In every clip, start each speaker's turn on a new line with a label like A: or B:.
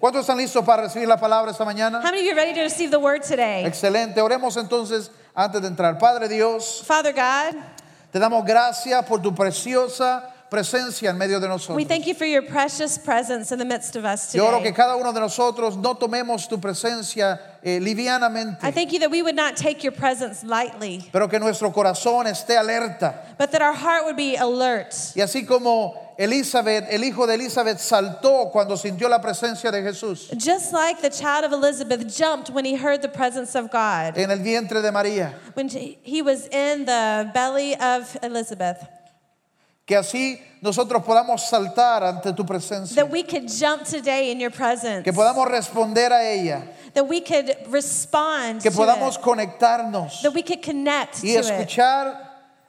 A: ¿Cuántos están listos para recibir la palabra esta
B: How
A: mañana?
B: many of you are ready to receive the word today?
A: Excelente. Oremos entonces antes de entrar. Padre Dios,
B: Father God,
A: te damos gracias por tu preciosa presencia en medio de
B: we
A: nosotros.
B: thank you for your precious presence in the midst of us
A: Yo oro que
B: today.
A: cada uno de nosotros no tomemos tu presencia eh,
B: I
A: livianamente,
B: thank you that we would not take your presence lightly,
A: pero que nuestro corazón esté alerta.
B: but that our heart would be alert.
A: Y así como Elizabeth, el hijo de Elizabeth, saltó cuando sintió la presencia de Jesús
B: Just like the child of Elizabeth jumped when he heard the presence of God,
A: en el vientre de María,
B: when he was in the belly of Elizabeth,
A: que así nosotros podamos saltar ante tu presencia,
B: that we could jump today in your presence,
A: que podamos responder a ella.
B: that we could respond
A: que
B: to
A: podamos
B: it,
A: conectarnos
B: that we could connect
A: y
B: to it
A: escuchar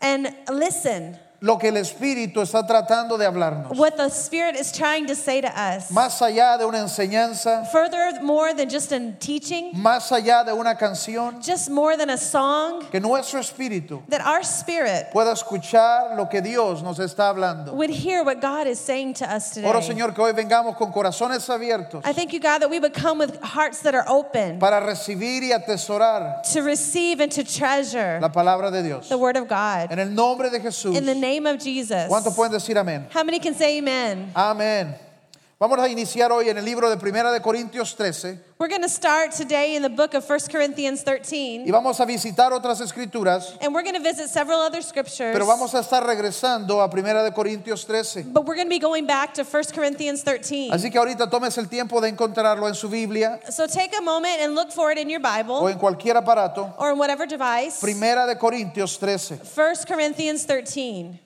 B: and listen
A: lo que el Espíritu está tratando de hablarnos.
B: what the Spirit is trying to say to us.
A: Más allá de una enseñanza,
B: Further, more than just in teaching,
A: más allá de una canción,
B: just more than a song,
A: que nuestro espíritu
B: that our spirit
A: pueda escuchar lo que Dios nos está hablando.
B: would hear what God is saying to us today.
A: Oro Señor que hoy vengamos con corazones abiertos
B: I thank you, God, that we would come with hearts that are open.
A: para recibir y atesorar
B: to receive and to treasure
A: la palabra de Dios.
B: the word of God.
A: En el nombre de Jesús.
B: In the name of Jesus.
A: ¿Cuántos pueden decir amén?
B: How many can say amen?
A: Amén. Vamos a iniciar hoy en el libro de Primera de Corintios 13.
B: We're going to start today in the book of 1 Corinthians
A: Y
B: 13,
A: vamos a visitar otras escrituras,
B: and we're going to visit several other scriptures.
A: pero vamos a estar regresando a Primera de Corintios 13.
B: But we're going to be going back to 1 Corinthians 13.
A: Así que ahorita tomes el tiempo de encontrarlo en su Biblia
B: So take a moment and look for it in your
A: o
B: Bible
A: en cualquier aparato.
B: or in whatever device.
A: Primera de Corintios 13.
B: 1 Corinthians 13.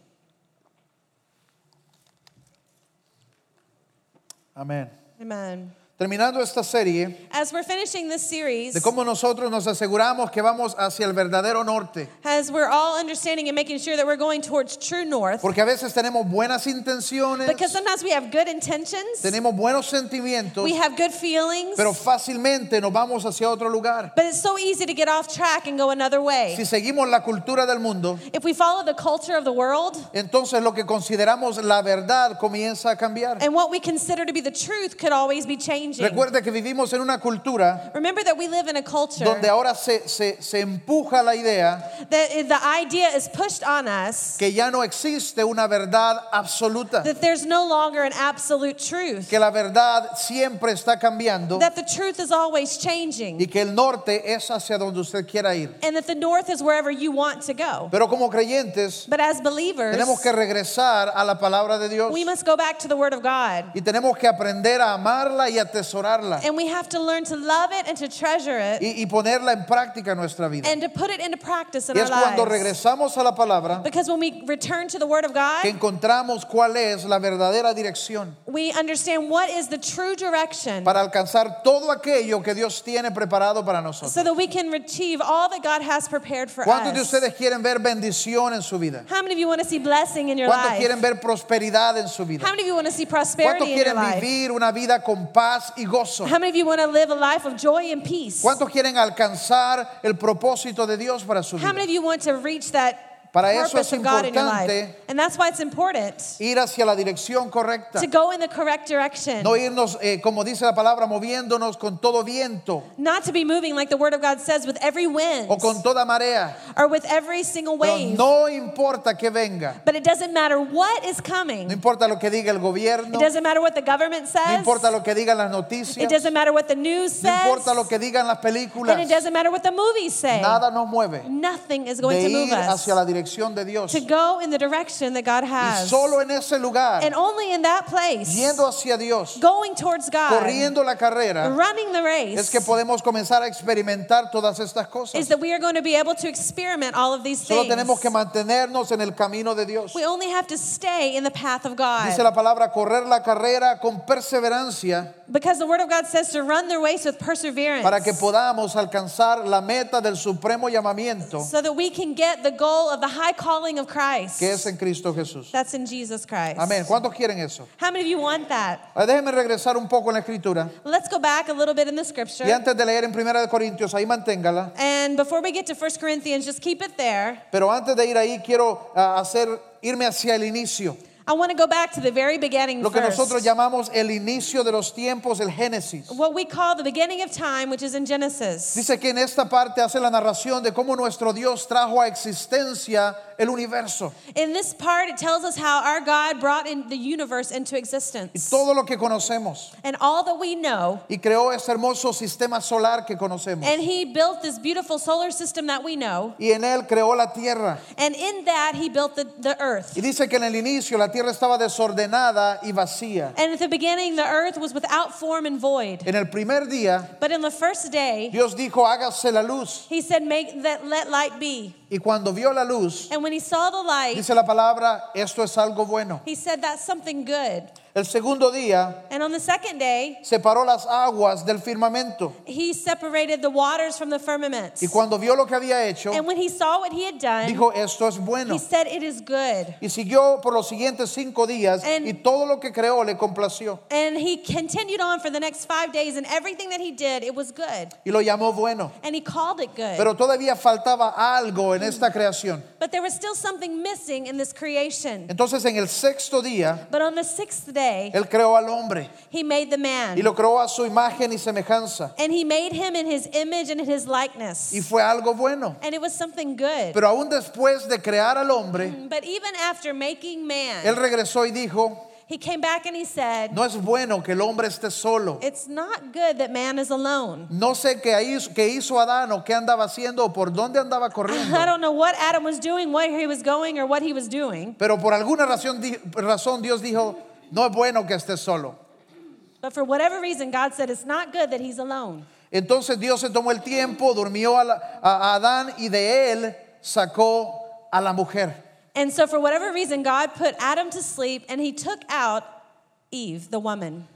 A: Amén.
B: Amen.
A: Terminando esta serie
B: As we're finishing this
A: de
B: series,
A: cómo nosotros nos aseguramos que vamos hacia el verdadero norte,
B: as we're all understanding and making sure that we're going towards true north,
A: porque a veces tenemos buenas intenciones,
B: because sometimes we have good intentions,
A: tenemos buenos sentimientos,
B: We have good feelings,
A: pero fácilmente nos vamos hacia otro lugar.
B: but it's so easy to get off track and go another way.
A: Si seguimos la cultura del mundo,
B: If we follow the culture of the world
A: Entonces lo que consideramos la verdad comienza a cambiar.
B: and what we consider to be the truth could always be changing.
A: Recuerde que vivimos en una cultura
B: Remember that we live in a culture
A: donde ahora se, se- se empuja la idea
B: that i- the idea is pushed on us
A: que ya no existe una verdad absoluta,
B: that there's no longer an absolute truth,
A: que la verdad siempre está cambiando
B: that the truth is always changing,
A: y que el norte es hacia donde usted quiera ir.
B: and that the north is wherever you want to go.
A: Pero como creyentes
B: But as believers,
A: tenemos que regresar a la palabra de Dios
B: we must go back to the Word of God.
A: y tenemos que aprender a amarla y atesorarla
B: And we have to learn to love it and to treasure it
A: y, y ponerla en práctica en nuestra vida.
B: and to put it into practice in
A: Y
B: our
A: es cuando
B: lives.
A: regresamos a la palabra
B: Because when we return to the Word of
A: que
B: God,
A: encontramos cuál es la verdadera dirección
B: we understand what is the true direction
A: para alcanzar todo aquello que Dios tiene preparado para
B: so
A: nosotros.
B: that we can achieve all that God has prepared for
A: ¿Cuántos de
B: us.
A: ustedes quieren ver bendición en su vida?
B: How many of you want to see blessing in your
A: ¿Cuántos
B: life?
A: quieren ver prosperidad en su vida?
B: How many of you want to see
A: ¿Cuántos
B: prosperity in your
A: quieren
B: life?
A: vivir una vida con paz y gozo?
B: How many of you want to live a life of joy and peace?
A: ¿Cuántos quieren alcanzar el propósito de Dios para su
B: How many
A: vida?
B: of you want to reach that
A: Para eso es
B: purpose of God in your life?
A: importante-
B: And that's why it's important
A: Ir hacia la dirección correcta.
B: to go in the correct direction.
A: No irnos, eh, como dice la palabra, moviéndonos con todo viento
B: Not to be moving like the Word of God says with every wind
A: o con toda marea.
B: or with every single
A: Pero
B: wave.
A: no importa que venga.
B: But it doesn't matter what is coming.
A: No importa lo que diga el
B: It
A: gobierno.
B: doesn't matter what the government
A: No
B: says.
A: importa lo que digan las
B: It
A: noticias.
B: doesn't matter what the news
A: No
B: says.
A: importa lo que digan las
B: and
A: películas.
B: it doesn't matter what the movies say.
A: Nada nos mueve
B: Nothing is
A: de
B: going to move
A: ir
B: us
A: hacia la dirección de Dios.
B: to go in the direction that God
A: Y
B: has.
A: solo en ese
B: and
A: lugar,
B: only in that place,
A: yendo hacia Dios,
B: going towards God,
A: corriendo la carrera,
B: running the race,
A: es que podemos comenzar a experimentar todas estas cosas.
B: is that we are going to be able to experiment all of these
A: Solo
B: things.
A: tenemos que mantenernos en el camino de Dios.
B: we only have to stay in the path of God.
A: Dice la palabra correr la carrera con perseverancia
B: because the Word of God says to run the race with perseverance.
A: para que podamos alcanzar la meta del supremo llamamiento
B: so that we can get the goal of the high calling of Christ.
A: que es en Cristo Jesús.
B: That's in Jesus Christ.
A: Amén. ¿Cuántos quieren eso?
B: How many of you want that?
A: Ah, Déjenme regresar un poco en la escritura.
B: Let's go back a little bit in the scripture.
A: Y antes de leer en Primera de Corintios, ahí manténgala.
B: And before we get to 1 Corinthians, just keep it there.
A: Pero antes de ir ahí, quiero ah, hacer, irme hacia el inicio.
B: I want to go back to the very beginning
A: Lo que
B: first.
A: nosotros llamamos el inicio de los tiempos, el Génesis.
B: what we call the beginning of time, which is in Genesis.
A: Dice que en esta parte hace la narración de cómo nuestro Dios trajo a existencia el universo.
B: In this part, it tells us how our God brought in the universe into existence
A: Todo lo que conocemos.
B: and all that we know.
A: Y creó ese hermoso sistema solar que conocemos.
B: And He built this beautiful solar system that we know.
A: Y en él creó la tierra.
B: And in that, He built the,
A: Y
B: the earth.
A: dice que en el inicio la tierra estaba desordenada y vacía.
B: And at the beginning, the earth was without form and void.
A: En el primer día,
B: But in the first day,
A: Dios dijo, hágase la luz.
B: He said, Make that, let light be.
A: Y cuando vio la luz,
B: And when He saw the light,
A: dice la palabra, esto es algo bueno.
B: He said, That's something good.
A: El segundo día,
B: And on the second day,
A: separó las aguas del firmamento.
B: He separated the waters from the firmament.
A: Y cuando vio lo que había hecho,
B: And when he saw what he had done,
A: dijo, esto es bueno.
B: he said, It is good.
A: Y siguió por los siguientes cinco días
B: And-
A: y todo lo que creó le complació.
B: And he continued on for the next five days, and everything that he did, it was good.
A: Y lo llamó bueno.
B: And he called it good.
A: Pero todavía faltaba algo en esta creación.
B: but there was still something missing in this creation.
A: Entonces en el sexto día,
B: But on the sixth day,
A: Él creó al hombre
B: he made the man.
A: y lo creó a su imagen y semejanza.
B: and he made him in his image and in his likeness.
A: Y fue algo bueno.
B: and it was something good.
A: Pero aún después de crear al hombre,
B: but even after making man,
A: Él regresó y dijo,
B: he came back and he said,
A: no es bueno que el hombre esté solo.
B: It's not good that man is alone.
A: No sé qué hizo, qué hizo Adán o qué andaba haciendo o por dónde andaba corriendo.
B: I don't know what Adam was doing, where he was going, or what he was doing.
A: Pero por alguna razón, di- razón Dios dijo, no es bueno que estés solo.
B: But for whatever reason, God said it's not good that he's alone.
A: Entonces Dios se tomó el tiempo, durmió a, la- a- a Adán y de él sacó a la mujer.
B: And so, for whatever reason, God put Adam to sleep and he took out Eve, the woman.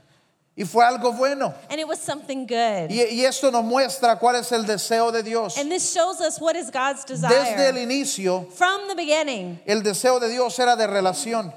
A: Y fue algo bueno.
B: And it was something good.
A: Y, y esto nos muestra cuál es el deseo de Dios.
B: And this shows us what is God's
A: Desde el
B: desire.
A: inicio,
B: From the beginning,
A: el deseo de Dios era de relación.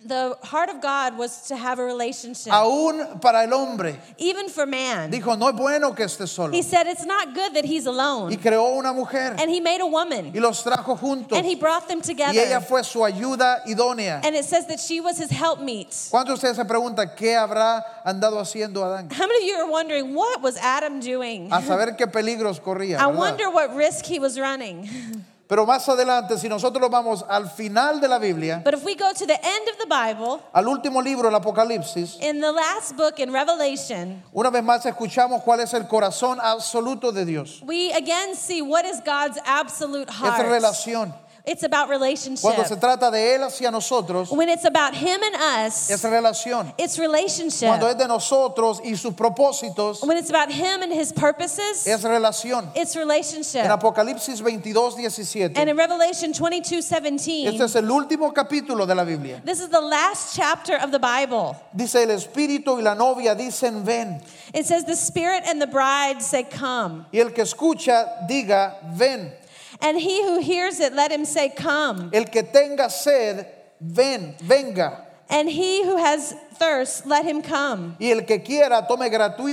B: the heart of God was to have a relationship,
A: Aún para el hombre.
B: even for man.
A: Dijo, no es bueno que estés solo.
B: He said, It's not good that he's
A: Y
B: alone.
A: creó una mujer
B: And he made a woman
A: y los trajo juntos.
B: and he brought them
A: Y ella
B: together.
A: fue su ayuda idónea.
B: And it says that she was his helpmeet.
A: ¿Cuántos de ustedes se preguntan qué habrá andado haciendo Adán?
B: How many of you are wondering what was Adam doing?
A: A saber qué peligros corría.
B: I
A: ¿verdad?
B: wonder what risk he was running.
A: Pero más adelante, si nosotros vamos al final de la Biblia,
B: But if we go to the end of the Bible,
A: al último libro, el Apocalipsis,
B: in the last book in Revelation,
A: una vez más escuchamos cuál es el corazón absoluto de Dios.
B: we again see what is God's absolute
A: Es
B: heart.
A: relación.
B: It's about relationship.
A: Cuando se trata de Él hacia nosotros,
B: When it's about Him and
A: es
B: us,
A: relación.
B: it's
A: Cuando
B: relationship.
A: es de nosotros y sus propósitos,
B: When it's about Him and His purposes,
A: es relación.
B: it's
A: En
B: relationship.
A: Apocalipsis 22,
B: And
A: 17,
B: in Revelation 22
A: este
B: 17,
A: es el último capítulo de la Biblia.
B: this is the last chapter of the Bible.
A: Dice, el espíritu y la novia dicen, ven.
B: It says, The Spirit and the bride say, Come.
A: Y el que escucha, diga, ven.
B: And he who hears it, let him say, Come.
A: El que tenga sed, ven, venga.
B: And he who has thirst, let him come.
A: Y el que quiera tome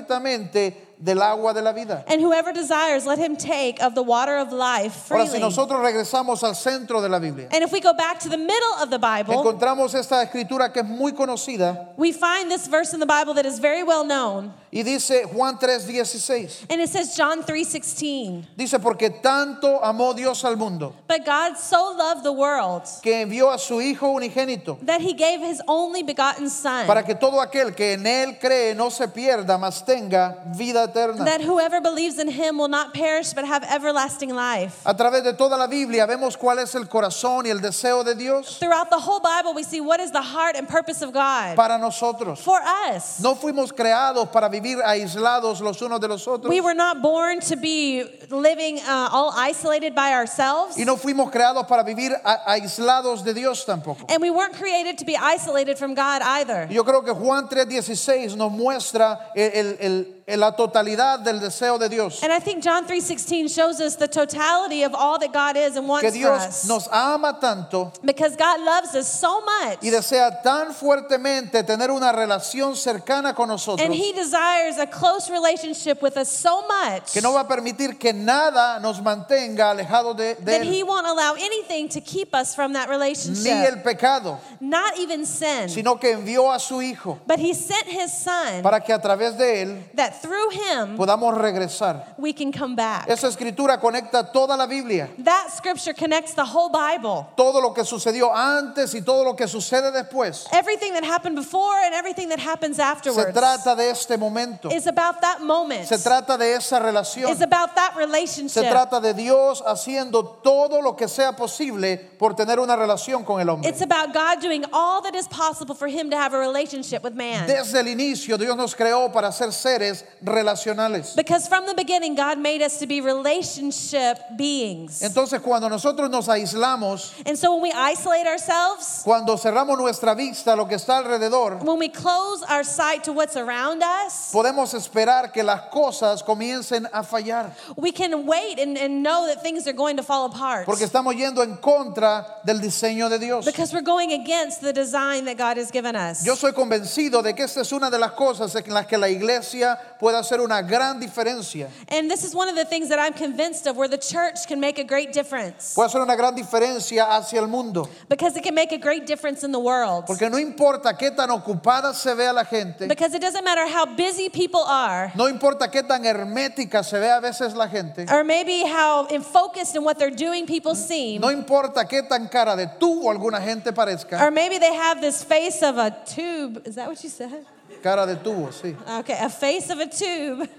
A: gratuitamente del agua de la vida.
B: And whoever desires, let him take of the water of life
A: Ahora, si
B: freely.
A: nosotros regresamos al centro de la Biblia,
B: And if we go back to the middle of the Bible,
A: encontramos esta escritura que es muy conocida
B: we find this verse in the Bible that is very well known.
A: y dice Juan 3:16.
B: And it says John 3:16,
A: Dice, porque tanto amó Dios al mundo
B: "But God so loved the world
A: que envió a su Hijo unigénito
B: that he gave his only begotten
A: para
B: son,
A: que todo aquel que en él cree no se pierda, mas tenga vida eterna.
B: that whoever believes in him will not perish but have everlasting life."
A: A través de toda la Biblia vemos cuál es el corazón y el deseo de Dios
B: Throughout the whole Bible, we see what is the heart and purpose of God
A: para nosotros.
B: for us.
A: No fuimos creados para vivir aislados los unos de los otros.
B: We were not born to be living uh, all isolated by ourselves.
A: Y no fuimos creados para vivir a- aislados de Dios tampoco.
B: And we weren't created to be isolated from God either.
A: Y Yo creo que Juan 3:16 nos muestra el, el- el- la totalidad del deseo de Dios.
B: And I think John 3:16 shows us the totality of all that God is and wants
A: Que
B: for
A: Dios
B: us.
A: nos ama tanto
B: because God loves us so much.
A: y desea tan fuertemente tener una relación cercana con nosotros
B: and he desires a close relationship with us so much
A: que no va a permitir que nada nos mantenga alejados de, de
B: that
A: Él,
B: he won't allow anything to keep us from that
A: ni
B: relationship.
A: el pecado,
B: Not even sin.
A: sino que envió a su Hijo
B: but he sent his son
A: para que a través de Él
B: that through him
A: podamos regresar.
B: we can come back.
A: Esa escritura conecta toda la Biblia.
B: that scripture connects the whole Bible.
A: todo lo que sucedió antes y todo lo que sucede después.
B: Everything that happened before and everything that happens
A: Se
B: afterwards
A: trata de este momento.
B: is about that moment.
A: Se trata de esa relación.
B: It's about that relationship.
A: Se trata de Dios haciendo todo lo que sea posible por tener una relación con el hombre.
B: It's about God doing all that is possible for him to have a relationship with man.
A: Desde el inicio Dios nos creó para ser seres relacionales.
B: because from the beginning, God made us to be relationship beings.
A: Entonces cuando nosotros nos aislamos,
B: and so when we isolate ourselves,
A: cuando cerramos nuestra vista a lo que está alrededor,
B: when we close our sight to what's around us,
A: podemos esperar que las cosas comiencen a fallar.
B: we can wait and, and know that things are going to fall apart.
A: Porque estamos yendo en contra del diseño de Dios.
B: because we're going against the design that God has given us.
A: Yo soy convencido de que esta es una de las cosas en las que la iglesia puede hacer una gran diferencia.
B: and this is one of the things that I'm convinced of where the church can make a great difference.
A: Puede hacer una gran diferencia hacia el mundo.
B: because it can make a great difference in the world.
A: Porque no importa qué tan ocupada se vea la gente,
B: Because it doesn't matter how busy people are,
A: no importa qué tan hermética se vea a veces la gente,
B: or maybe how in- focused in what they're doing people seem,
A: Mm-hmm. no importa qué tan cara de tubo alguna gente parezca,
B: or maybe they have this face of a tube. Is that what you said?
A: cara de tubo, sí.
B: Okay, a face of a tube.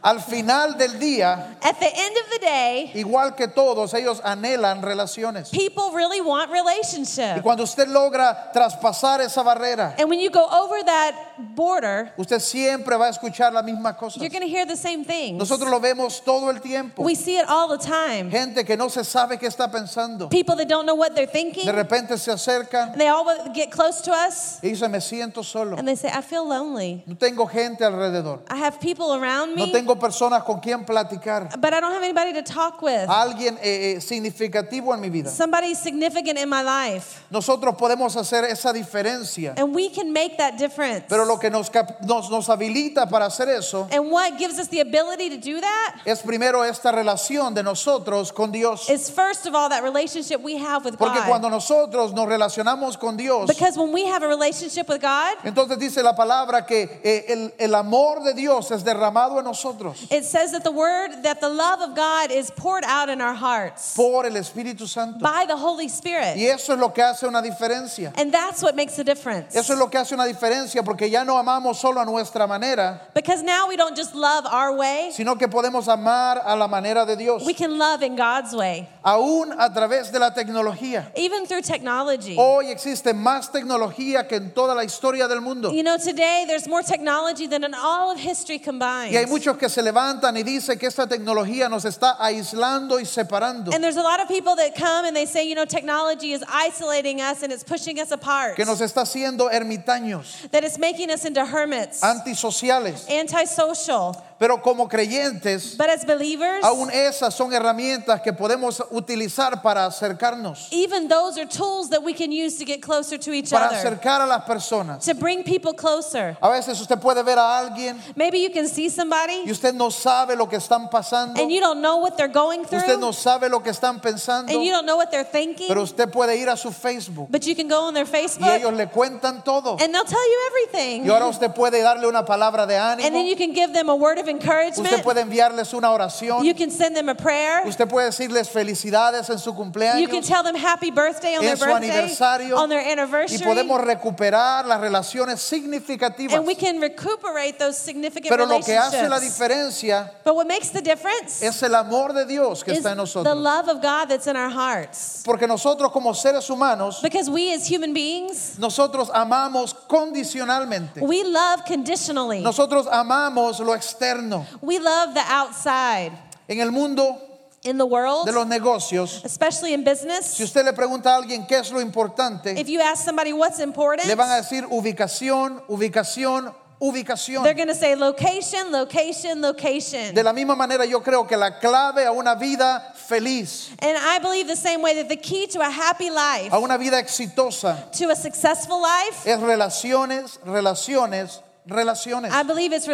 A: Al final del día,
B: At the end of the day,
A: igual que todos, ellos anhelan relaciones.
B: people really want
A: Y
B: relationship.
A: cuando usted logra traspasar esa barrera,
B: And when you go over that border,
A: usted siempre va a escuchar la misma cosa.
B: you're going to hear the same things.
A: Nosotros lo vemos todo el tiempo.
B: We see it all the time.
A: Gente que no se sabe qué está pensando.
B: People that don't know what they're thinking,
A: De repente se acercan
B: and they all get close to us
A: y dicen, me siento solo.
B: and they say, I feel lonely.
A: No tengo gente alrededor.
B: I have people around
A: No
B: me.
A: tengo personas con quien platicar.
B: but I don't have anybody to talk with.
A: Alguien eh, eh, significativo en mi vida.
B: Somebody significant in my life.
A: Nosotros podemos hacer esa diferencia.
B: And we can make that difference.
A: Pero lo que nos, cap- nos, nos habilita para hacer eso
B: and what gives us the ability to do that
A: es primero esta relación de nosotros con Dios.
B: is first of all that relationship we have with
A: Porque
B: God.
A: cuando nosotros nos relacionamos con Dios,
B: because when we have a relationship with God,
A: entonces dice la palabra que eh, el, el amor de Dios es derramado en nosotros.
B: it says that the word that the love of God is poured out in our hearts
A: por el Espíritu Santo.
B: by the Holy Spirit.
A: Y eso es lo que hace una diferencia.
B: And that's what makes the difference.
A: Eso es lo que hace una diferencia porque ya no amamos solo a nuestra manera,
B: because now we don't just love our way,
A: sino que podemos amar a la manera de Dios,
B: we can love in God's way,
A: aún a través de la tecnología.
B: even through technology.
A: Hoy existe más tecnología que en toda la historia del mundo.
B: You know, today there's more technology than in all of history combined.
A: Y hay muchos que se levantan y dicen que esta tecnología nos está aislando y separando,
B: and there's a lot of people that come and they say, you know, technology is isolating us and it's pushing us apart.
A: que nos está haciendo ermitaños,
B: that it's making us into hermits,
A: antisociales.
B: antisocial.
A: Pero como creyentes,
B: But as believers,
A: Aún esas son herramientas que podemos utilizar para acercarnos,
B: even those are tools that we can use to get closer to each
A: para
B: other,
A: acercar a las personas.
B: to bring people closer.
A: A veces usted puede ver a alguien
B: Maybe you can see
A: y
B: somebody
A: usted no sabe lo que están pasando,
B: and you don't know what they're going through
A: usted no sabe lo que están pensando,
B: and you don't know what they're thinking,
A: pero usted puede ir a su Facebook
B: but you can go on their
A: y
B: Facebook
A: ellos le cuentan todo.
B: and they'll tell you everything.
A: Y ahora usted puede darle una palabra de
B: And then
A: ánimo,
B: you can give them a word
A: usted
B: of encouragement.
A: puede enviarles una oración,
B: You can send them a prayer.
A: usted puede decirles felicidades en su
B: You can
A: cumpleaños.
B: tell them happy birthday on
A: En
B: their
A: su
B: birthday,
A: aniversario.
B: on their
A: Y
B: anniversary.
A: podemos recuperar las relaciones significativas.
B: And we can recuperate those significant
A: Pero lo que hace la
B: relationships.
A: diferencia
B: But what makes the difference
A: es el amor de Dios que
B: is
A: está en
B: the
A: nosotros.
B: love of God that's in our hearts.
A: Porque nosotros como seres humanos,
B: Because we as human beings,
A: nosotros amamos condicionalmente.
B: we love conditionally.
A: Nosotros amamos lo externo.
B: We love the outside.
A: En el mundo
B: In the world,
A: de los negocios,
B: especially in
A: si
B: business,
A: usted le pregunta a alguien qué es lo importante,
B: if you ask somebody what's important,
A: le van a decir ubicación, ubicación, ubicación.
B: They're going to say location, location, location.
A: De la misma manera yo creo que la clave a una vida feliz,
B: And I believe the same way that the key to a happy life,
A: a una vida exitosa,
B: to a successful life,
A: es relaciones, relaciones, relaciones.
B: I believe it's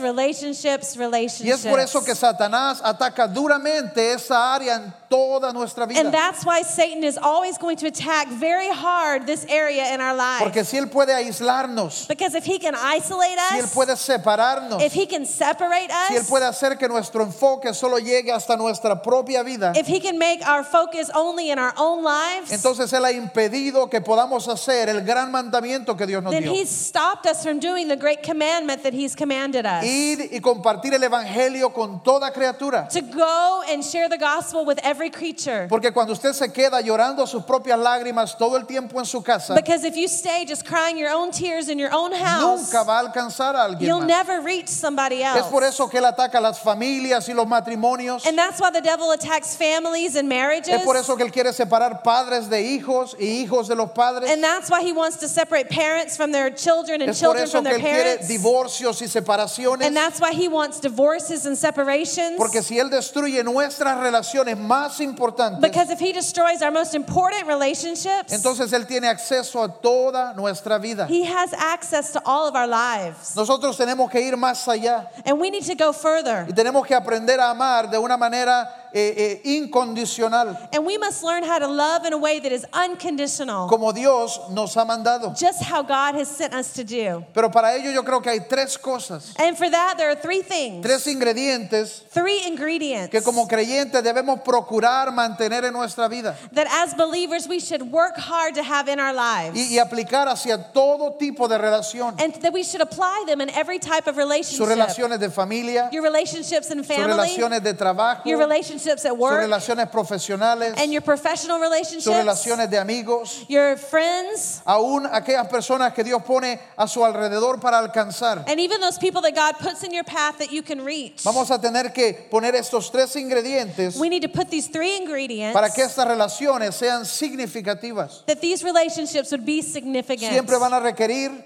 B: relationships, relationships,
A: Y es
B: relationships.
A: por eso que Satanás ataca duramente esa área en toda nuestra
B: and
A: vida.
B: that's why Satan is always going to attack very hard this area in our lives.
A: Porque si él puede aislarnos,
B: because if he can isolate
A: si él
B: us,
A: puede separarnos,
B: if he can separate us,
A: si él puede hacer que nuestro enfoque solo llegue hasta nuestra propia vida,
B: if he can make our focus only in our own lives,
A: entonces él ha impedido que podamos hacer el gran mandamiento que Dios nos
B: then
A: dio.
B: he's stopped us from doing the great commandment that he's commanded us.
A: Ir y compartir el evangelio con toda criatura.
B: to go and share the gospel with every creature.
A: Porque cuando usted se queda llorando sus propias lágrimas todo el tiempo en su casa,
B: Because if you stay just crying your own tears in your own house,
A: nunca va a alcanzar a alguien
B: you'll
A: más.
B: never reach somebody
A: Es
B: else.
A: por eso que él ataca a las familias y los matrimonios.
B: And that's why the devil attacks families and marriages.
A: Es por eso que él quiere separar padres de hijos y hijos de los padres.
B: And that's why he wants to separate parents from their children and
A: Es por
B: children
A: eso
B: from
A: que
B: their
A: él quiere
B: parents.
A: divorcios y separaciones.
B: And that's why he wants divorces and separations.
A: Porque si él destruye nuestras relaciones más importantes,
B: Because if he destroys our most important relationships,
A: entonces él tiene acceso a toda nuestra vida.
B: he has access to all of our lives.
A: Nosotros tenemos que ir más allá
B: And we need to go further.
A: y tenemos que aprender a amar de una manera eh, eh, incondicional,
B: And we must learn how to love in a way that is unconditional,
A: como Dios nos ha mandado.
B: just how God has sent us to do.
A: Pero para ello yo creo que hay tres cosas,
B: And for that, there are three things,
A: tres ingredientes
B: three ingredients
A: que como creyentes debemos procurar mantener en nuestra vida.
B: that as believers we should work hard to have in our lives.
A: y, y aplicar hacia todo tipo de relación.
B: and that we should apply them in every type of
A: Sus
B: relationship.
A: relaciones de familia,
B: your relationships in
A: sus
B: family,
A: relaciones de trabajo,
B: your relationships at
A: sus
B: work,
A: relaciones profesionales,
B: and your professional relationships,
A: sus relaciones de amigos,
B: your friends,
A: aún aquellas personas que Dios pone a su alrededor para alcanzar.
B: and even those people that God puts in your path that you can reach.
A: Vamos a tener que poner estos tres ingredientes
B: we need to put these three ingredients
A: para que estas relaciones sean significativas.
B: that these relationships would be significant.
A: Siempre van a requerir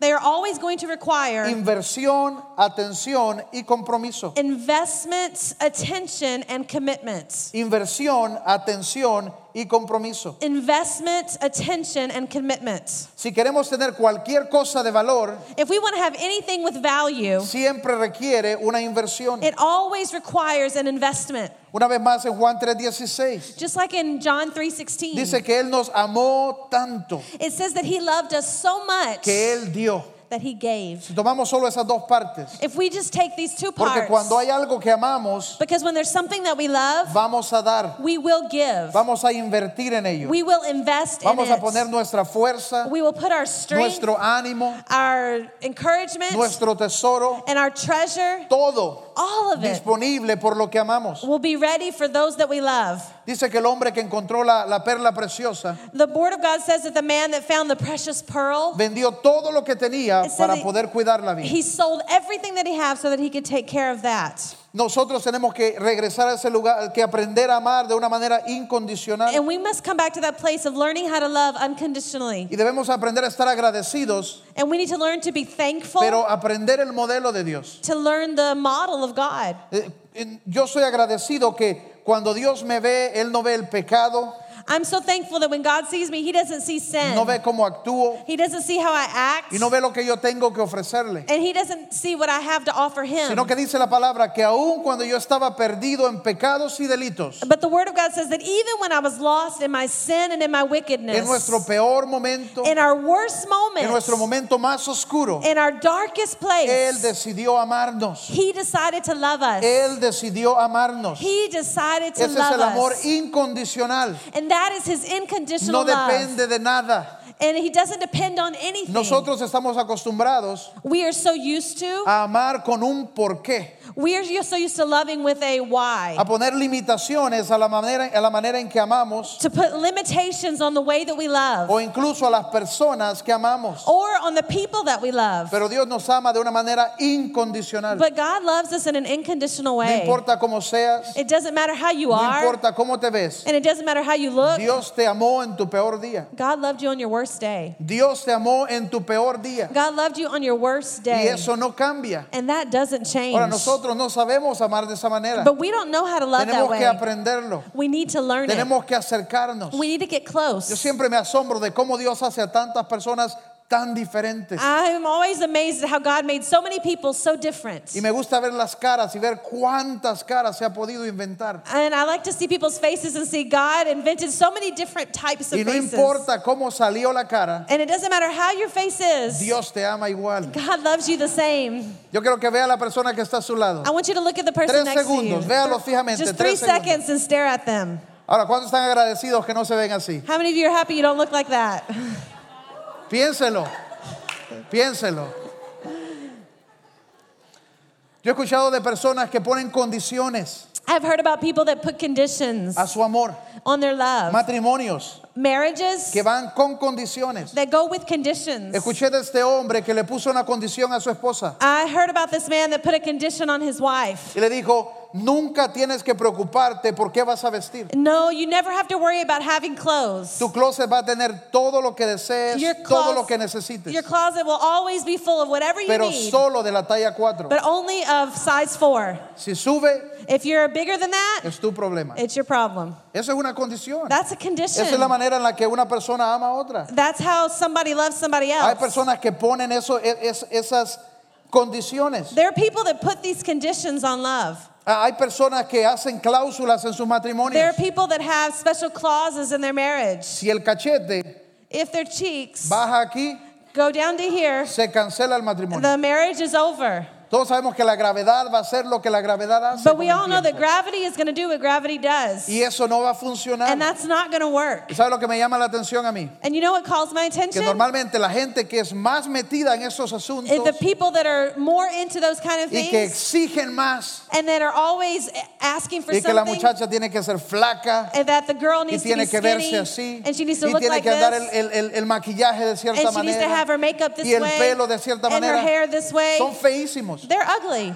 B: They are always going to require
A: inversión, atención y compromiso.
B: investment, attention, and commitment.
A: Inversión, atención y compromiso.
B: Investment, attention, and commitment.
A: Si queremos tener cualquier cosa de valor,
B: If we want to have anything with value,
A: siempre requiere una inversión.
B: it always requires an investment.
A: Una vez más en Juan 3:16
B: Just like in John 3:16.
A: dice que él nos amó tanto
B: it says that he loved us so much
A: que él dio.
B: that he gave.
A: Si tomamos solo esas dos partes,
B: If we just take these two
A: porque
B: parts,
A: cuando hay algo que amamos,
B: because when there's something that we love,
A: vamos a dar,
B: we will give.
A: vamos a invertir en ello.
B: we will invest
A: Vamos
B: in
A: a
B: it.
A: poner nuestra fuerza,
B: we will put our strength,
A: nuestro ánimo,
B: our encouragement,
A: nuestro tesoro,
B: and our treasure,
A: todo
B: all of it
A: disponible por lo que amamos.
B: will be ready for those that we love.
A: Dice que el hombre que encontró la, la perla preciosa
B: The Word of God says that the man that found the precious pearl,
A: vendió todo lo que tenía
B: It said
A: para
B: that
A: poder cuidar la vida.
B: he sold everything that he had so that he could take care of that.
A: Nosotros tenemos que regresar a ese lugar, que aprender a amar de una manera incondicional
B: And we must come back to that place of learning how to love unconditionally.
A: y debemos aprender a estar agradecidos,
B: And we need to learn to be thankful,
A: pero aprender el modelo de Dios.
B: to learn the model of God.
A: Eh, eh, Yo soy agradecido que cuando Dios me ve, Él no ve el pecado,
B: I'm so thankful that when God sees me, he doesn't see sin.
A: no ve cómo actúo
B: he doesn't see how I act.
A: y no ve lo que yo tengo que ofrecerle,
B: and he doesn't see what I have to offer him.
A: sino que dice la palabra que aun cuando yo estaba perdido en pecados y delitos,
B: But the word of God says that even when I was lost in my sin and in my wickedness,
A: en nuestro peor momento,
B: in our worst moments,
A: en nuestro momento más oscuro,
B: in our darkest place,
A: Él decidió amarnos.
B: he decided to love us.
A: Él decidió amarnos.
B: he decided to
A: Ese es
B: love
A: el amor
B: us.
A: incondicional.
B: And that is his inconditional
A: No
B: love.
A: depende de nada.
B: And he doesn't depend on anything.
A: Nosotros estamos acostumbrados
B: we are so used to,
A: a amar con un porqué,
B: we are so used to loving with a why.
A: a poner limitaciones a la manera, a la manera en que amamos
B: to put limitations on the way that we love
A: o incluso a las personas que amamos.
B: or on the people that we love.
A: Pero Dios nos ama de una manera incondicional.
B: but God loves us in an inconditional
A: No
B: way.
A: importa cómo seas,
B: it doesn't matter how you
A: no
B: are.
A: importa cómo te ves.
B: And it doesn't matter how you look.
A: Dios te amó en tu peor día.
B: God loved you on your worst worst day.
A: Dios te amó en tu peor día.
B: God loved you on your worst
A: Y
B: day.
A: eso no cambia.
B: And that doesn't change.
A: Ahora, nosotros no sabemos amar de esa manera.
B: But we don't know how to love that
A: Tenemos que
B: way.
A: aprenderlo.
B: We need to learn it.
A: Tenemos que acercarnos.
B: We need to get
A: Yo
B: close.
A: siempre me asombro de cómo Dios hace a tantas personas tan diferentes.
B: I'm always amazed at how God made so many people so different.
A: Y me gusta ver las caras y ver cuántas caras se ha podido inventar.
B: And I like to see people's faces and see God invented so many different types of
A: Y no
B: faces.
A: importa cómo salió la cara,
B: And it doesn't matter how your face is.
A: Dios te ama igual.
B: God loves you the same.
A: Yo quiero que vea a la persona que está a su lado.
B: I want you to look at the person
A: Tres
B: next
A: segundos,
B: to you.
A: véalos fijamente,
B: Just three
A: tres segundos.
B: seconds and stare at them.
A: Ahora, ¿cuántos están agradecidos que no se ven así?
B: How many of you are happy you don't look like that?
A: Piénselo. Piénselo. Yo he escuchado de personas que ponen condiciones
B: I've heard about people that put conditions
A: a su amor,
B: on their love.
A: matrimonios
B: Marriages
A: que van con condiciones.
B: that go with conditions.
A: Escuché de este hombre que le puso una condición a su esposa
B: I heard about this man that put a condition on his wife.
A: y le dijo, nunca tienes que preocuparte por qué vas a vestir.
B: No, you never have to worry about having clothes.
A: Tu closet va a tener todo lo que desees,
B: Your
A: todo
B: closet-
A: lo que necesites,
B: Your closet will always be full of whatever you
A: pero
B: need,
A: solo de la talla 4.
B: but only of size four.
A: Si sube,
B: If you're bigger than that,
A: es tu problema.
B: it's your problem.
A: Eso es una condición.
B: That's a condition.
A: Esa es la manera en la que una persona ama a otra.
B: That's how somebody loves somebody
A: Hay
B: else.
A: personas que ponen eso, e- es- esas condiciones.
B: there are people that put these conditions on love.
A: Ah, Hay personas que hacen cláusulas en sus
B: There are
A: matrimonios.
B: people that have special clauses in their marriage.
A: Si el cachete
B: If their cheeks
A: baja aquí,
B: go down to here,
A: se cancela el matrimonio.
B: the marriage is over.
A: Todos sabemos que la gravedad va a ser lo que la gravedad hace.
B: But
A: con
B: we
A: el
B: all know that
A: tiempo.
B: gravity is going to do what gravity does.
A: Y eso no va a
B: And
A: funcionar.
B: that's not going to work.
A: ¿Sabe lo que me llama la atención a mí?
B: And you know what calls my
A: Que
B: attention?
A: normalmente la gente que es más metida en esos
B: Is eh, the
A: asuntos
B: people that are more into those kind of
A: y que
B: things
A: exigen más
B: and that are always asking for
A: y que la
B: something
A: muchacha tiene que ser flaca
B: and that the girl
A: y
B: needs to be
A: tiene que
B: skinny
A: verse así
B: and she needs to
A: y
B: look
A: tiene
B: like
A: que andar el,
B: this
A: el- el- el maquillaje de
B: and
A: cierta
B: she needs to
A: manera
B: have her makeup this
A: y el
B: way
A: pelo de cierta
B: and her
A: manera.
B: hair this way.
A: son feísimos
B: They're ugly.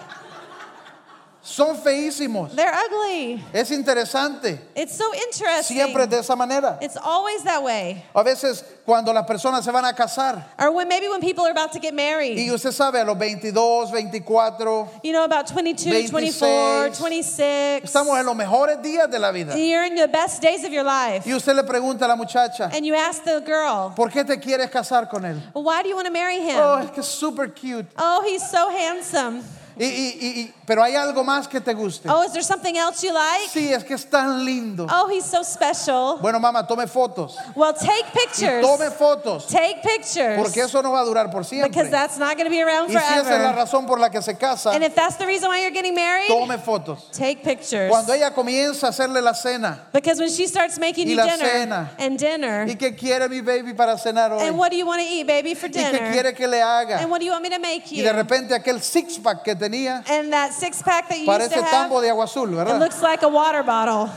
A: son feísimos
B: They're ugly.
A: es interesante
B: It's so interesting.
A: siempre es de esa manera
B: It's always that way.
A: a veces cuando las personas se van a casar
B: Or when maybe when people are about to get married.
A: y usted sabe a los 22 24
B: You know, about 22, 24,
A: 26.
B: 26.
A: estamos en los mejores días de la vida
B: You're in the best days of your life.
A: y usted le pregunta a la muchacha
B: And you ask the girl,
A: ¿por qué te quieres casar con él?
B: well, why do you want to marry him?
A: oh es que es super cute
B: Oh, he's so handsome.
A: y, y- y- y- pero hay algo más que te guste
B: Oh, is there something else you like?
A: sí es que es tan lindo
B: Oh, he's so special.
A: bueno mamá tome fotos
B: Well, take
A: y
B: pictures.
A: tome fotos
B: Take pictures.
A: porque eso no va a durar por siempre
B: Because that's not going to be around
A: y si esa es la
B: forever.
A: razón por la que se casa
B: And if that's the reason why you're getting married,
A: tome fotos
B: take pictures.
A: cuando ella comienza a hacerle la cena
B: Because when she starts making
A: Y
B: you
A: la
B: dinner
A: cena.
B: and dinner,
A: y que quiere mi baby para cenar
B: and
A: hoy
B: what do you want to eat, baby, for
A: y que
B: dinner?
A: quiere que le haga
B: And what do you want me to make
A: y
B: you?
A: de repente aquel six pack que tenía
B: And that six pack that you used
A: parece
B: to have,
A: tambo de agua azul
B: it
A: ¿verdad?
B: looks like a water bottle.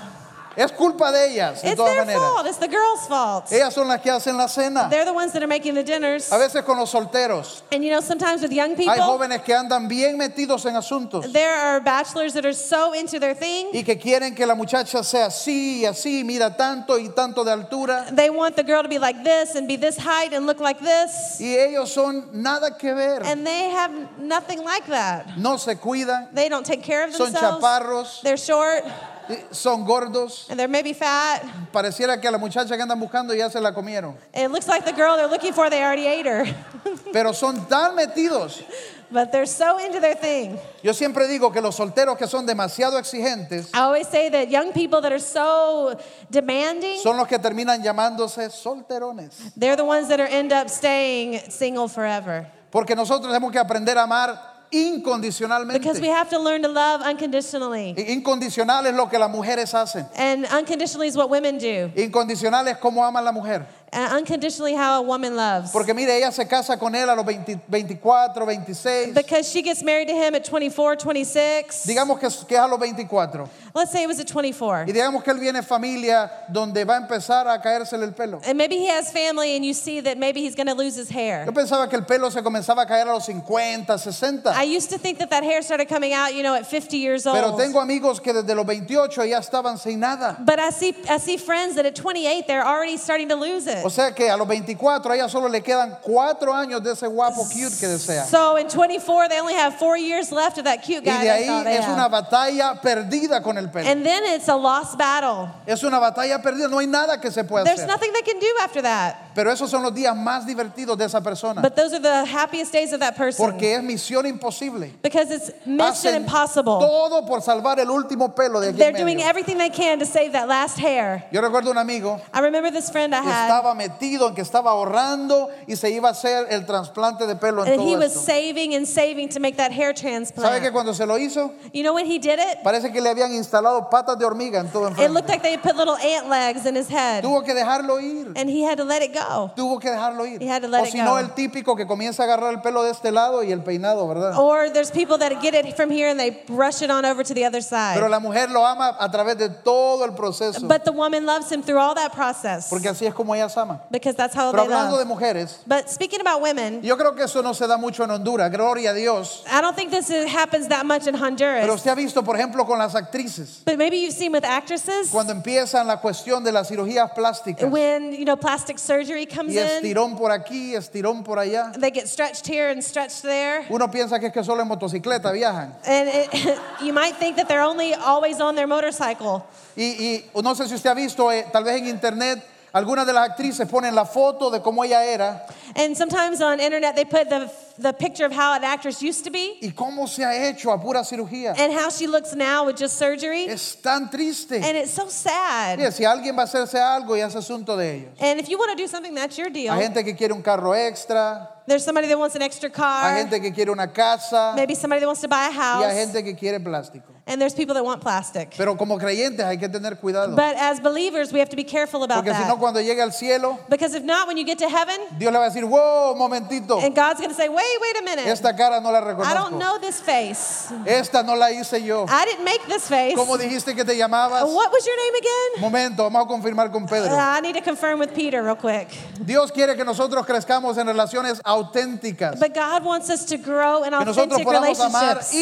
A: es culpa de ellas de
B: It's
A: todas
B: their
A: maneras
B: fault. It's the girl's fault.
A: ellas son las que hacen la cena
B: They're the ones that are making the dinners.
A: a veces con los solteros
B: And you know, sometimes with young
A: hay
B: people,
A: jóvenes que andan bien metidos en asuntos
B: there are bachelors that are so into their thing.
A: y que quieren que la muchacha sea así y así mira tanto y tanto de altura
B: They want the girl to be like this and be this height and look like this.
A: Y ellos son nada que ver.
B: And they have nothing like that.
A: No se cuidan,
B: They don't take care of
A: son
B: themselves.
A: chaparros,
B: They're short
A: eh, son gordos.
B: and they're maybe fat.
A: Pareciera que a la muchacha que andan buscando ya se la comieron.
B: It looks like the girl they're looking for, they already ate her.
A: Pero son tan metidos.
B: but they're so into their thing.
A: Yo siempre digo que los solteros que son demasiado exigentes
B: I always say that young people that are so demanding,
A: son los que terminan llamándose solterones.
B: they're the ones that are end up staying single forever.
A: Porque nosotros tenemos que aprender a amar
B: Because we
A: incondicionalmente.
B: have to learn to love unconditionally.
A: I- Incondicional es lo que las mujeres hacen.
B: And unconditionally is what women do.
A: Incondicional es como ama la mujer.
B: And uh, unconditionally how a woman loves.
A: Porque mire, ella se casa con él a los 20 24, 26.
B: Because she gets married to him at 24, 26.
A: Digamos que, es- que es a los 24.
B: Let's say it was at 24.
A: Y digamos que él viene de familia donde va a empezar a caérsele el pelo.
B: And maybe he has family and you see that maybe he's going to lose his hair.
A: Yo pensaba que el pelo se comenzaba a caer a los 50,
B: I
A: 60.
B: used to think that that hair started coming out, you know, at 50 years
A: Pero
B: old.
A: tengo amigos que desde los 28 ya estaban sin nada.
B: But I see, I see friends that at 28, they're already starting to lose it. it.
A: O sea que a los 24 a ella solo le quedan cuatro años de ese guapo cute que desea.
B: So in 24, they only have four years left of that cute
A: Y
B: guy.
A: de
B: they
A: ahí
B: thought they
A: es
B: had.
A: una batalla perdida con el pelo.
B: And then it's a lost battle.
A: Es una batalla perdida, no hay nada que se pueda
B: There's
A: hacer.
B: nothing they can do after that.
A: Pero esos son los días más divertidos de esa persona.
B: But those are the happiest days of that person.
A: Porque es misión imposible.
B: because it's mission
A: Hacen
B: impossible.
A: todo por salvar el último pelo de aquí
B: They're
A: en
B: doing
A: medio.
B: everything they can to save that last hair.
A: Yo recuerdo un amigo
B: I remember this friend I
A: que
B: had,
A: estaba metido en que estaba ahorrando y se iba a hacer el trasplante de pelo en
B: and he
A: todo
B: was
A: esto.
B: saving and saving to make that hair
A: ¿Sabe que
B: transplant.
A: cuando se lo hizo?
B: You know when he did it?
A: Parece que le habían instalado patas de hormiga en todo
B: It
A: enfrente.
B: looked like they had put little ant legs in his head,
A: Tuvo que dejarlo ir.
B: and he had to let it go.
A: Tuvo que dejarlo ir.
B: He had to let
A: O
B: it
A: si no,
B: go.
A: el típico que comienza a agarrar el pelo de este lado y el peinado, ¿verdad?
B: Or there's people that get it from here and they brush it on over to the other
A: Pero
B: side.
A: la mujer lo ama a través de todo el proceso.
B: But the woman loves him through all that process
A: Porque así es como ellas aman.
B: because that's how
A: Pero
B: Oh, they
A: hablando de
B: love.
A: mujeres,
B: But speaking about women,
A: yo creo que eso no se da mucho en Honduras, gloria a Dios.
B: I don't think this is- happens that much in
A: Pero
B: Honduras.
A: usted ha visto, por ejemplo, con las actrices,
B: But maybe you've seen with actresses
A: cuando empiezan la cuestión de las cirugías plásticas,
B: when you know plastic surgery comes
A: y
B: in,
A: estirón por aquí, estirón por allá.
B: they get stretched here and stretched there.
A: Uno piensa que es que solo en motocicleta viajan.
B: And it, you might think that they're only always on their motorcycle.
A: Y, y no sé si usted ha visto, eh, tal vez en internet, algunas de las actrices ponen la foto de cómo ella era
B: And sometimes on internet they put the the picture of how an actress used to be
A: y cómo se ha hecho a pura cirugía.
B: and how she looks now with just surgery.
A: Es tan triste.
B: And it's so sad.
A: Mire, si alguien va a hacerse algo, ya es asunto de ellos.
B: And if you want to do something, that's your deal.
A: Hay gente que quiere un carro extra,
B: There's somebody that wants an extra car.
A: hay gente que quiere una casa
B: Maybe somebody that wants to buy a
A: y hay
B: house.
A: gente que quiere plástico.
B: And there's people that want plastic.
A: Pero como creyentes hay que tener cuidado,
B: But as believers, we have to be careful about
A: porque si no
B: that.
A: cuando llegue al cielo,
B: Because if not, when you get to heaven,
A: Dios le va a decir, "Wow, un momentito,
B: and God's going to say, wait, wait a minute.
A: esta cara no la
B: I don't
A: reconozco.
B: know this face.
A: Esta no la hice yo."
B: I didn't make this face.
A: ¿Cómo dijiste que te llamabas?
B: What was your name again?
A: Momento, vamos a confirmar con
B: Uh,
A: Pedro.
B: I need to confirm with Peter real quick.
A: Dios quiere que nosotros crezcamos en relaciones auténticas,
B: But God wants us to grow in
A: que nosotros
B: authentic
A: podamos amar
B: relationships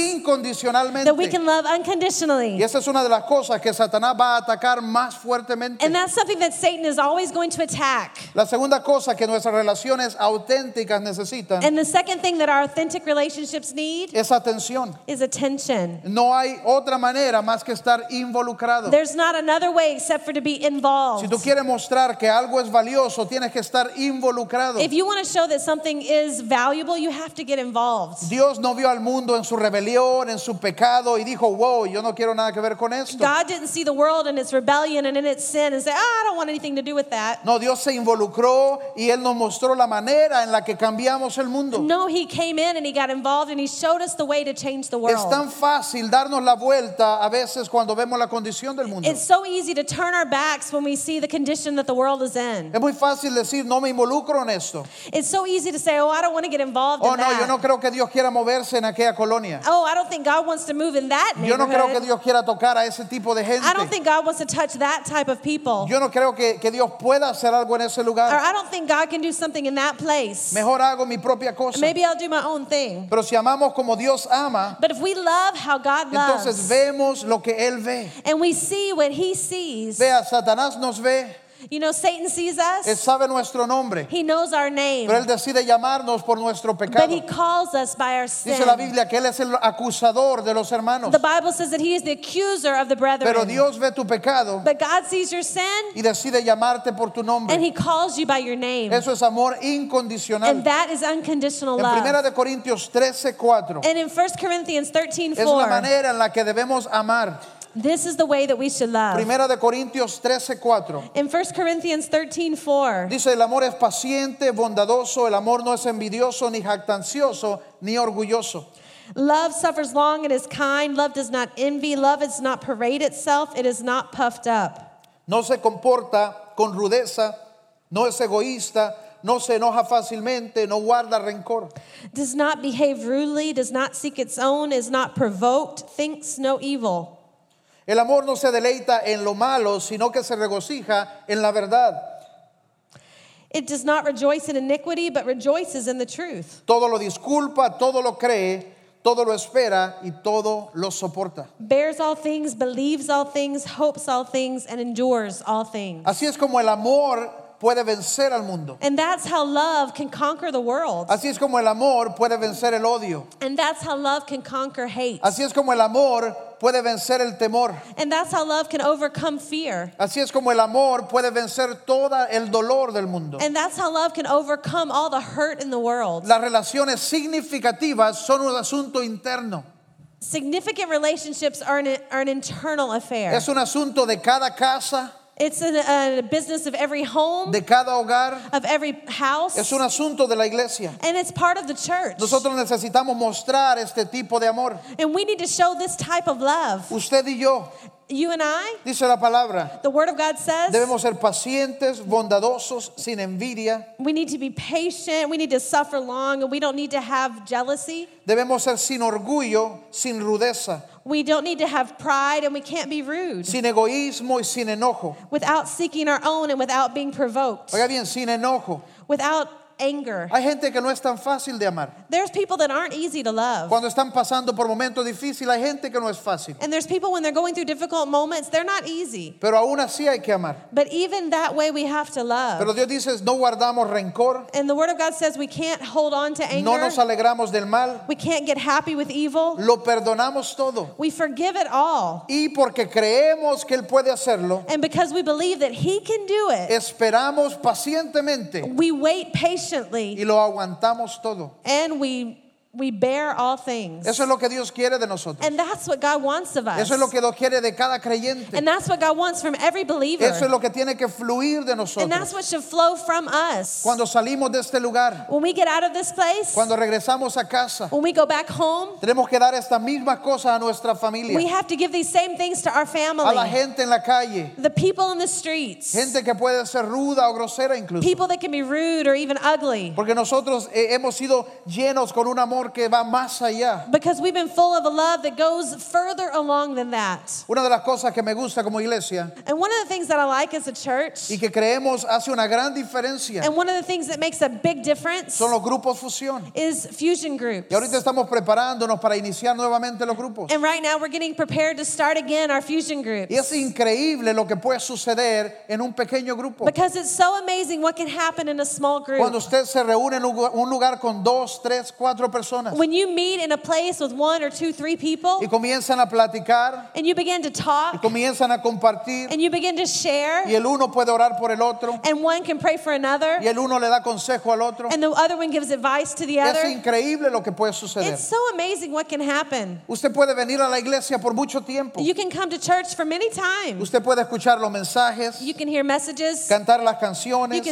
B: that we
A: incondicionalmente.
B: can love
A: Y
B: unconditionally.
A: esa es una de las cosas que Satanás va a atacar más fuertemente.
B: And that's something that Satan is always going to attack.
A: La segunda cosa que nuestras relaciones auténticas necesitan
B: And the second thing that our authentic relationships need
A: es atención.
B: is attention.
A: No hay otra manera más que estar involucrado.
B: There's not another way except for to be
A: Si
B: involved.
A: tú quieres mostrar que algo es valioso, tienes que estar involucrado.
B: If you want to show that something is valuable, you have to get involved.
A: Dios no vio al mundo en su rebelión, en su pecado y dijo, wow, yo no quiero nada que ver con esto.
B: God didn't see the world in its rebellion and in its sin and say, "Ah, I don't want anything to do with that.
A: No, Dios se involucró y Él nos mostró la manera en la que cambiamos el mundo.
B: No, He came in and He got involved and He showed us the way to change the
A: Es
B: world.
A: tan fácil darnos la vuelta a veces cuando vemos la condición del mundo.
B: It's so easy to turn our backs when we see the condition that the world is in.
A: Es muy fácil decir, no me involucro en esto.
B: It's so easy to say, Oh, I don't want to get involved
A: Oh,
B: in
A: no, yo no
B: that.
A: creo que Dios quiera moverse en aquella colonia.
B: Oh, I don't think God wants to move in that
A: Yo no creo que
B: neighborhood.
A: Dios quiera tocar a ese tipo de
B: I don't
A: gente.
B: think God wants to touch that type of people.
A: Yo no creo que, que Dios pueda hacer algo en ese
B: Or
A: lugar.
B: I don't think God can do something in that place.
A: Mejor hago mi propia cosa.
B: Maybe I'll do my own thing.
A: Pero si amamos como Dios ama,
B: But if we love how God
A: entonces
B: loves
A: vemos lo que Él ve.
B: and we see what he sees,
A: Vea, Satanás nos ve,
B: you know, Satan sees
A: Él
B: us,
A: sabe nuestro nombre,
B: he knows our name,
A: pero Él decide llamarnos por nuestro
B: but he
A: pecado.
B: calls us by our
A: Dice la
B: sin.
A: Biblia que Él es el acusador de los hermanos.
B: The Bible says that he is the accuser of the
A: Oh. Pero
B: brethren.
A: Dios ve tu pecado
B: But God sees your sin
A: y decide llamarte por tu nombre.
B: and he calls you by your name.
A: Eso es amor incondicional.
B: And that is unconditional
A: En primera
B: love.
A: de Corintios 13, 4
B: And in 1 Corinthians 13
A: es la
B: 4,
A: manera en la que debemos amar.
B: this is the way that we should love.
A: Primera de Corintios 13, 4
B: In 1 Corinthians 13 4,
A: dice el amor es paciente, bondadoso, el amor no es envidioso, ni jactancioso, ni orgulloso.
B: love suffers long and is kind. Love does not envy. Love does not parade itself. It is not puffed up.
A: No se comporta con rudeza, no es egoísta, no se enoja fácilmente, no guarda rencor.
B: Does not behave rudely. Does not seek its own. Is not provoked. Thinks no evil.
A: El amor no se deleita en lo malo, sino que se regocija en la verdad.
B: It does not rejoice in iniquity, but rejoices in the truth.
A: Todo lo disculpa, todo lo cree, todo lo espera y todo lo soporta.
B: Bears all things, believes all things, hopes all things, and endures all things.
A: Así es como el amor puede vencer al mundo.
B: And that's how love can conquer the world.
A: Así es como el amor puede vencer el odio.
B: And that's how love can conquer hate.
A: Así es como el amor puede vencer el temor.
B: And that's how love can overcome fear.
A: Así es como el amor puede vencer todo el dolor del mundo.
B: And that's how love can overcome all the hurt in the world.
A: Las relaciones significativas son un asunto interno.
B: Significant relationships are an, are an internal affair.
A: Es un asunto de cada casa,
B: It's a, a business of every home,
A: de cada hogar.
B: of every house,
A: Es un asunto de la iglesia.
B: and it's part of the church.
A: Nosotros necesitamos mostrar este tipo de amor.
B: And we need to show this type of love.
A: Usted y yo,
B: You and I,
A: dice la palabra,
B: the Word of God says,
A: debemos ser pacientes, bondadosos, sin envidia.
B: we need to be patient, we need to suffer long, and we don't need to have jealousy.
A: Debemos ser sin orgullo, sin rudeza,
B: We don't need to have pride, and we can't be rude
A: sin egoísmo y sin enojo.
B: without seeking our own and without being provoked,
A: Oiga bien, sin enojo.
B: without anger.
A: Hay gente que no es tan fácil de amar.
B: There's people that aren't easy to love.
A: Cuando están pasando por momentos difíciles, hay gente que no es fácil.
B: And there's people when they're going through difficult moments, they're not easy.
A: Pero aún así hay que amar.
B: But even that way, we have to
A: Pero
B: love.
A: Dios dice, no guardamos rencor,
B: And the Word of God says we can't hold on to
A: no nos
B: anger,
A: alegramos del mal,
B: we can't get happy with evil,
A: lo perdonamos todo.
B: we forgive it all.
A: Y porque creemos que Él puede hacerlo,
B: And because we believe that He can do it,
A: esperamos pacientemente
B: we wait
A: y
B: patiently
A: lo aguantamos todo.
B: and we we bear all things.
A: Eso es lo que Dios quiere de nosotros.
B: And that's what God wants of us.
A: Eso es lo que Dios quiere de cada creyente.
B: And that's what God wants from every
A: Eso es
B: believer.
A: lo que tiene que fluir de
B: And that's
A: nosotros.
B: what should flow from us.
A: Cuando salimos de este lugar,
B: When we get out of this place,
A: cuando regresamos a casa,
B: when we go back home,
A: tenemos que dar estas mismas cosas a nuestra
B: we
A: familia,
B: have to give these same things to our
A: a la
B: family,
A: gente en la calle,
B: the people in the streets,
A: gente que puede ser ruda o grosera incluso.
B: people that can be rude or even ugly.
A: Porque nosotros eh, hemos sido llenos con un amor que va más allá.
B: Because we've been full of a love that goes further along than that.
A: Una de las cosas que me gusta como iglesia
B: And one of the things that I like as a church
A: y que creemos hace una gran diferencia
B: And one of the things that makes a big difference
A: son los grupos fusión.
B: is fusion groups.
A: Y ahorita estamos preparándonos para iniciar nuevamente los grupos.
B: And right now we're getting prepared to start again our fusion groups.
A: Y es increíble lo que puede suceder en un pequeño grupo.
B: Because it's so amazing what can happen in a small group.
A: Cuando usted se reúne en un lugar- un lugar con dos, tres, cuatro personas
B: when you meet in a place with one or two, three people,
A: y comienzan a platicar
B: and you begin to
A: y
B: talk,
A: comienzan a compartir
B: and you begin to share,
A: y el uno puede orar por el otro
B: and one can pray for another,
A: y el uno le da consejo al otro.
B: and the other one gives advice to the
A: Es
B: other.
A: increíble lo que puede suceder.
B: It's so amazing what can happen.
A: Usted puede venir a la iglesia por mucho tiempo.
B: You can come to church for many times.
A: Oh. Usted puede escuchar los mensajes,
B: You can hear messages.
A: cantar las
B: You can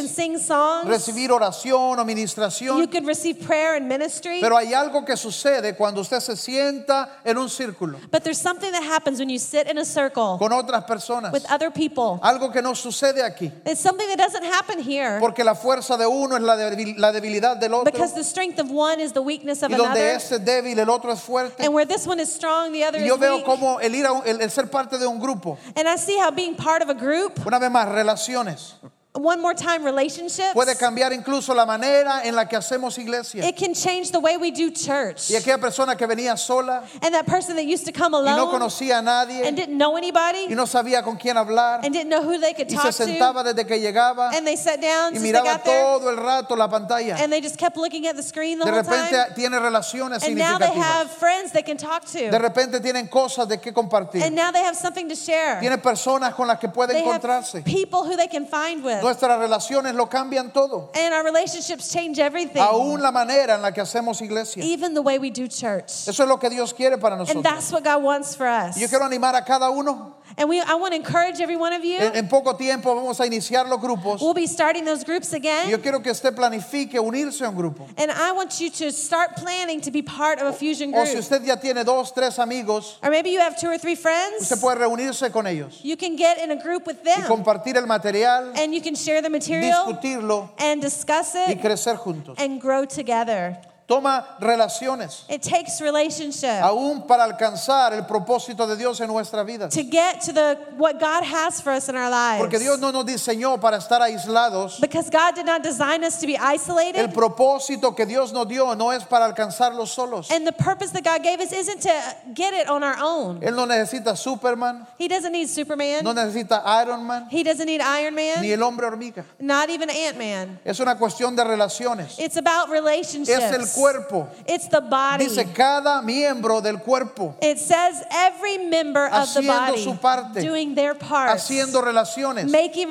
A: canciones,
B: sing songs.
A: recibir oración o
B: You
A: ministración.
B: can receive prayer and ministry.
A: Pero hay algo que sucede cuando usted se sienta en un círculo
B: But there's something that happens when you sit in a circle
A: con otras personas.
B: with other people.
A: Algo que no sucede aquí.
B: It's something that doesn't happen here
A: Porque la fuerza de uno es la, debil- la debilidad del otro.
B: because the strength of one is the weakness of
A: Y donde
B: another.
A: este es débil, el otro es fuerte.
B: And where this one is strong, the other
A: Y
B: is
A: yo veo
B: weak.
A: como el, ir a un- el- el ser parte de un grupo,
B: And I see how being part of a group,
A: una vez más, relaciones,
B: one more time, relationships,
A: puede cambiar incluso la manera en la que hacemos iglesia.
B: it can change the way we do church.
A: Y aquella persona que venía sola
B: And that person that used to come
A: y no
B: alone
A: conocía a
B: and
A: nadie
B: didn't know anybody
A: y no sabía con quién hablar
B: and didn't know who they could
A: y se
B: talk to,
A: sentaba desde que llegaba
B: and they sat down
A: y
B: since they
A: miraba
B: got there,
A: todo el rato la pantalla.
B: and they just kept looking at the screen the
A: De
B: whole time.
A: repente tiene relaciones
B: And now they
A: significativas.
B: have friends they can talk
A: De
B: to.
A: repente tienen cosas de qué compartir.
B: And now they have something to share.
A: Tiene personas con las que puede
B: they
A: encontrarse.
B: have people who they can find with.
A: Nuestras relaciones lo cambian todo.
B: and our relationships change everything.
A: Aún la manera en la que hacemos iglesia.
B: even the way we do church.
A: Eso es lo que Dios quiere para
B: And
A: nosotros.
B: that's what God wants for us.
A: Y Yo quiero animar a cada uno.
B: and we, I want to encourage every one of you.
A: En, en poco tiempo vamos a iniciar los grupos.
B: we'll be starting those groups
A: Y
B: again.
A: Yo quiero que usted planifique unirse a un grupo.
B: and I want you to start planning to be part of a fusion
A: O
B: group.
A: si usted ya tiene dos, tres amigos,
B: or maybe you have two or three friends.
A: usted puede reunirse con ellos
B: you can get in a group with
A: y
B: them.
A: compartir el material,
B: and you can share the material
A: discutirlo
B: and discuss
A: y
B: it
A: crecer juntos.
B: and grow together.
A: Toma relaciones,
B: It takes relationship
A: aún para alcanzar el propósito de Dios en nuestras vidas.
B: to get to the what God has for us in our lives.
A: Porque Dios no nos diseñó para estar aislados.
B: because God did not design us to be isolated.
A: El propósito que Dios nos dio no es para alcanzarlo solos.
B: and the purpose that God gave us isn't to get it on our own.
A: Él no necesita Superman,
B: He doesn't need Superman.
A: no necesita Iron Man,
B: he doesn't need Iron Man.
A: ni el hombre hormiga.
B: not even Ant Man.
A: Es una cuestión de relaciones.
B: It's about relationships.
A: Es el cuerpo.
B: It's the body.
A: Dice cada miembro del cuerpo
B: It says every member of the
A: Haciendo
B: body
A: su parte.
B: doing their part,
A: haciendo relaciones.
B: making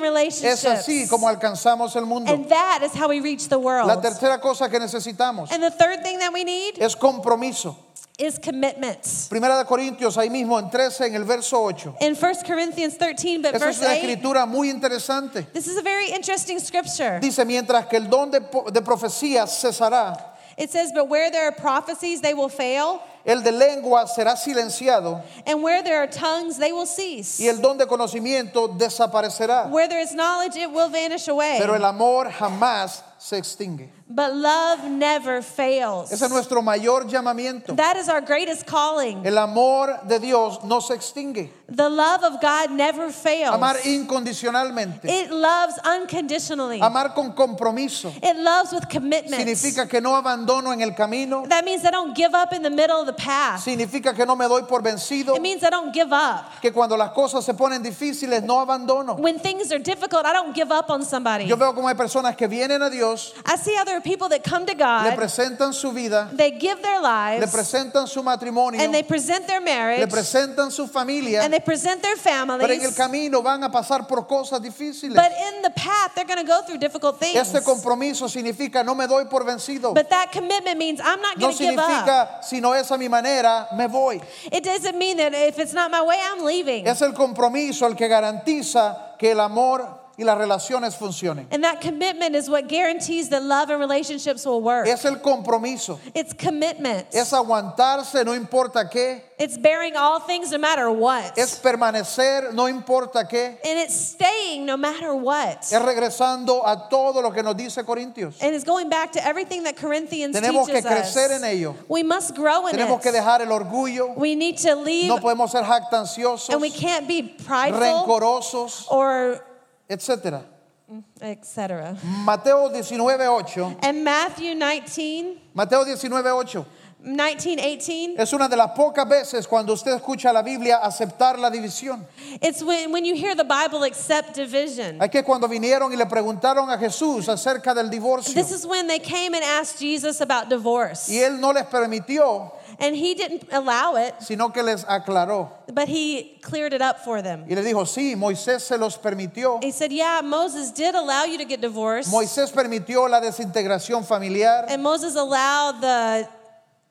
A: Es
B: relationships.
A: así como alcanzamos el mundo.
B: and that is how we reach the world.
A: La tercera cosa que necesitamos
B: and the third thing that we need
A: es compromiso.
B: is commitment.
A: Primera de Corintios, ahí mismo en 13, en el verso 8.
B: In 1 Corinthians 13,
A: Esa
B: but
A: es
B: verse
A: una
B: 8,
A: escritura muy interesante.
B: this is a very interesting scripture.
A: Dice, mientras que el don de, po- de profecía cesará,
B: It says, But where there are prophecies, they will fail,
A: el de lengua será silenciado
B: and where there are tongues, they will cease.
A: y el don de conocimiento desaparecerá.
B: Where there is knowledge, it will vanish away.
A: Pero el amor jamás se extingue.
B: But love never fails.
A: Ese es nuestro mayor llamamiento.
B: That is our greatest calling.
A: El amor de Dios no se extingue.
B: The love of God never fails.
A: Amar incondicionalmente.
B: It loves unconditionally.
A: Amar con compromiso.
B: It loves with commitment.
A: Significa que no abandono en el camino.
B: That means I don't give up in the middle of the path.
A: Significa que no me doy por vencido.
B: It means I don't give up.
A: Que cuando las cosas se ponen difíciles no abandono.
B: When things are difficult, I don't give up on somebody.
A: Yo veo como hay personas que vienen a Dios,
B: I see how there are people that come to
A: le
B: God,
A: presentan su vida,
B: they give their
A: le
B: lives,
A: presentan su matrimonio,
B: and they present their
A: le
B: marriage,
A: presentan su familia,
B: and they present their
A: pero en el
B: families.
A: camino van a pasar por cosas difíciles.
B: But in the path, they're going to go through difficult things.
A: Este compromiso significa no me doy por vencido.
B: But that commitment means I'm not
A: No
B: going to give up.
A: significa si no es a mi manera, me voy.
B: It doesn't mean that if it's not my way, I'm leaving.
A: Es el compromiso el que garantiza que el amor y las relaciones funcionen.
B: And that commitment is what guarantees that love and relationships will work.
A: Es el compromiso.
B: It's commitment.
A: Es aguantarse no importa qué.
B: It's bearing all things no matter what.
A: Es permanecer no importa qué.
B: And it's staying no matter what.
A: Es regresando a todo lo que nos dice Corintios.
B: And it's going back to everything that Corinthians
A: Tenemos que
B: teaches
A: crecer
B: us.
A: en ello.
B: We must grow in
A: Tenemos
B: it.
A: que dejar el orgullo.
B: we need to leave
A: No podemos ser jactanciosos,
B: and we can't be prideful
A: rencorosos,
B: or
A: etcétera.
B: etc.
A: Mateo 19:8.
B: And Matthew 19,
A: Mateo 19:8.
B: 19, 18,
A: Es una de las pocas veces cuando usted escucha la Biblia aceptar la división.
B: it's when, when you hear the Bible accept division.
A: Es que cuando vinieron y le preguntaron a Jesús acerca del divorcio
B: This is when they came and asked Jesus about divorce.
A: y él no les permitió,
B: And he didn't allow it,
A: sino que les aclaró
B: but he cleared it up for them.
A: y le dijo, sí, Moisés se los permitió.
B: He said, Yeah, Moses did allow you to get divorced.
A: Moisés permitió la desintegración familiar.
B: And Moses allowed the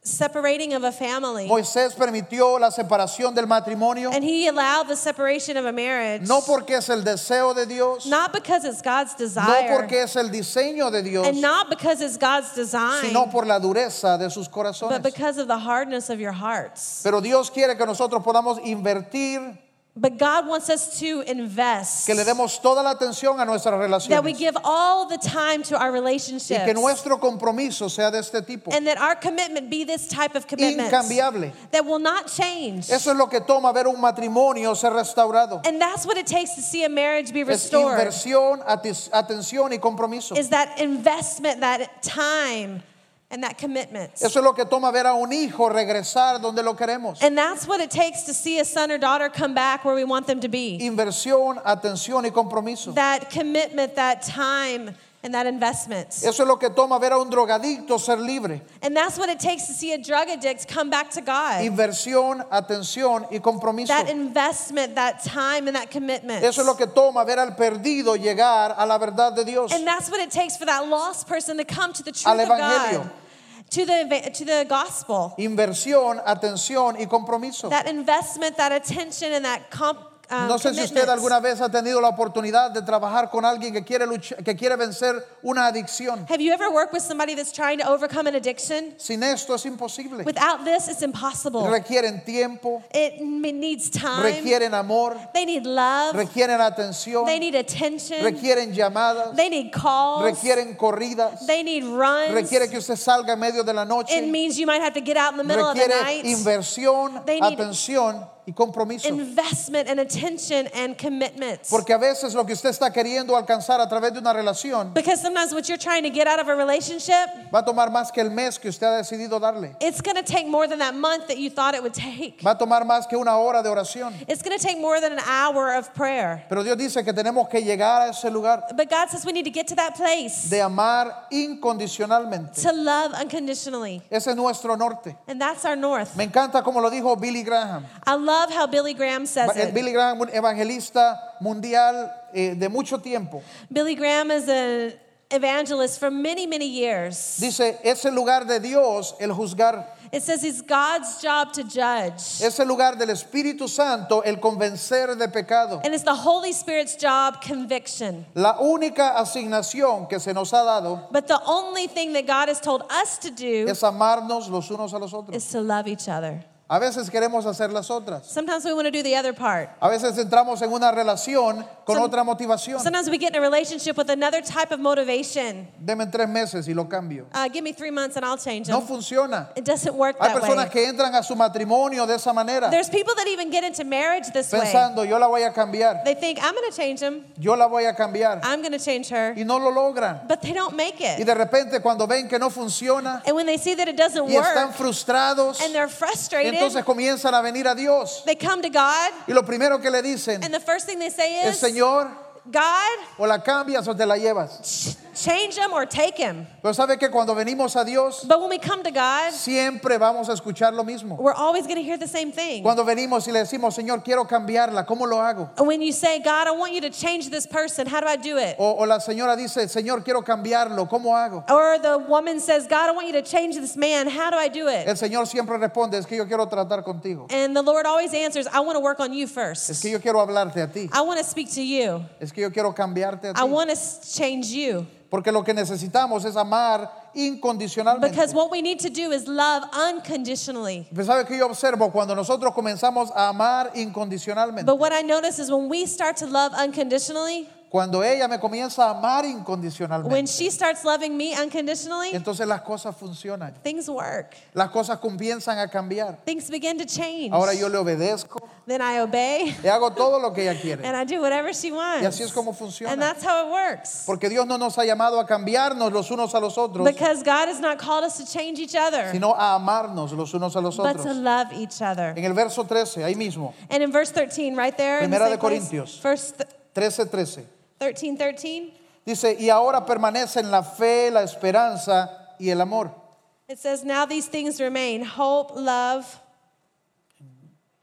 B: separating of a family.
A: Moisés permitió la separación del matrimonio,
B: And he allowed the separation of a marriage.
A: no porque es el deseo de Dios,
B: Not because it's God's
A: no
B: desire.
A: porque es el diseño de Dios,
B: And not because it's God's design,
A: sino por la dureza de sus
B: but
A: corazones.
B: because of the hardness of your hearts.
A: Pero Dios quiere que nosotros podamos invertir
B: But God wants us to invest,
A: que le demos toda la atención a nuestras
B: that we
A: relaciones
B: give all the time to our
A: y que
B: relationships.
A: nuestro compromiso sea de este tipo,
B: And that our commitment be this type of commitment
A: incambiable.
B: that will not change.
A: Eso es lo que toma ver un matrimonio ser restaurado.
B: and that's what it takes to see a marriage be
A: Es
B: restored.
A: inversión, atis- atención y compromiso.
B: Is that investment, that time, and that commitment.
A: Eso es lo que toma ver a un hijo regresar donde lo queremos.
B: and that's what it takes to see a son or daughter come back where we want them to be.
A: Inversión, atención y compromiso.
B: That commitment, that time, and that investment.
A: Eso es lo que toma ver a un drogadicto ser libre.
B: And that's what it takes to see a drug addict come back to God.
A: Inversión, atención y compromiso.
B: that investment, that time, and that commitment.
A: Eso es lo que toma ver al perdido llegar a la verdad de Dios.
B: and that's what it takes for that lost person to come to the truth
A: Al
B: of
A: evangelio.
B: God, to the, eva- to the gospel.
A: Inversión, atención y compromiso.
B: That investment, that attention, and that com- um,
A: No sé si usted
B: commitments.
A: alguna vez ha tenido la oportunidad de trabajar con alguien que quiere, luch- que quiere vencer una adicción.
B: Have you ever worked with somebody that's trying to overcome an addiction?
A: Sin esto es imposible.
B: Without this, it's impossible.
A: Requieren tiempo,
B: It m- needs time.
A: requieren amor,
B: They need love.
A: requieren atención,
B: They need attention.
A: requieren llamadas,
B: They need calls.
A: requieren corridas,
B: They need runs.
A: requiere que usted salga en medio de la
B: It
A: noche,
B: means you might have to get out in the middle of the
A: requiere
B: night.
A: inversión,
B: They need-
A: atención y compromiso.
B: Investment and attention and commitment.
A: Porque a veces lo que usted está queriendo alcanzar a través de una relación
B: Because sometimes what you're trying to get out of a relationship,
A: va a tomar más que el mes que usted ha decidido darle.
B: it's going to take more than that month that you thought it would take.
A: Va a tomar más que una hora de oración.
B: It's going to take more than an hour of prayer.
A: Pero Dios dice que tenemos que llegar a ese lugar
B: But God says we need to get to that place
A: de amar incondicionalmente.
B: to love unconditionally.
A: Ese es nuestro norte.
B: And that's our north.
A: Me encanta como lo dijo Billy Graham.
B: I love how Billy Graham says
A: Eh,
B: it.
A: Billy Graham, un evangelista mundial eh, de mucho tiempo,
B: Billy Graham is an evangelist for many, many years.
A: dice, es el lugar de Dios el juzgar,
B: It says it's God's job to judge.
A: es el lugar del Espíritu Santo el convencer de pecado.
B: And it's the Holy Spirit's job, conviction.
A: La única asignación que se nos ha dado
B: But the only thing that God has told us to do
A: es amarnos los unos a los otros.
B: is to love each other.
A: A veces queremos hacer las otras.
B: Sometimes we want to do the other part.
A: A veces entramos en una relación con
B: Some-
A: otra motivación.
B: Sometimes we get in a relationship with another type of motivation.
A: Deme tres meses y lo cambio.
B: Uh, give me three months and I'll change
A: No
B: them.
A: funciona.
B: It doesn't work
A: Hay
B: that
A: personas
B: way.
A: que entran a su matrimonio de esa manera,
B: There's people that even get into marriage this way.
A: pensando, yo la voy a cambiar,
B: They think, I'm going to change him.
A: yo la voy a cambiar,
B: I'm going to change her.
A: y no lo logran.
B: But they don't make
A: Y
B: it.
A: de repente cuando ven que no funciona
B: And when they see that it doesn't
A: y están
B: work
A: frustrados,
B: and they're frustrated,
A: entonces comienzan a venir a Dios.
B: they come to God.
A: Y lo primero que le dicen,
B: And the first thing they say
A: el
B: is,
A: Señor,
B: God,
A: o la cambias o te la llevas.
B: ch- change him or take him.
A: Pero sabe que cuando venimos a Dios,
B: But when we come to God,
A: siempre vamos a escuchar lo mismo.
B: we're always going to hear the same thing.
A: Cuando venimos y le decimos, Señor, quiero cambiarla, ¿cómo lo hago?
B: And when you say, God, I want you to change this person, how do I do it?
A: O, o la señora dice, Señor, quiero cambiarlo, ¿cómo hago?
B: Or the woman says, God, I want you to change this man, how do I do it?
A: El Señor siempre responde, es que yo quiero tratar contigo,
B: And the Lord always answers, I want to work on you
A: es
B: first.
A: que yo quiero hablarte a ti,
B: I want to speak to you.
A: es que yo quiero cambiarte a ti.
B: I want to change you.
A: Porque lo que necesitamos es amar incondicionalmente.
B: Because what we need to do is love unconditionally.
A: Pero ¿Sabe que yo observo? Cuando nosotros comenzamos a amar incondicionalmente,
B: But what I notice is when we start to love unconditionally,
A: cuando ella me comienza a amar incondicionalmente,
B: when she starts loving me unconditionally,
A: entonces las cosas funcionan,
B: things work.
A: las cosas comienzan a cambiar.
B: Things begin to change.
A: Ahora yo le obedezco,
B: Then I obey
A: le hago todo lo que ella quiere.
B: and I do whatever she wants.
A: Y así es como funciona.
B: And that's how it works.
A: Porque Dios no nos ha llamado a cambiarnos los unos a los otros,
B: Because God has not called us to change each other,
A: sino a amarnos los unos a los
B: but to
A: otros.
B: love each other.
A: En el verso 13, ahí mismo,
B: And in verse 13, right there, in the
A: Primera
B: same
A: de
B: place,
A: Corintios.
B: First th-
A: 13, 13.
B: 13, 13,
A: Dice, y ahora permanecen la fe, la esperanza y el amor.
B: it says, Now these things remain hope, love,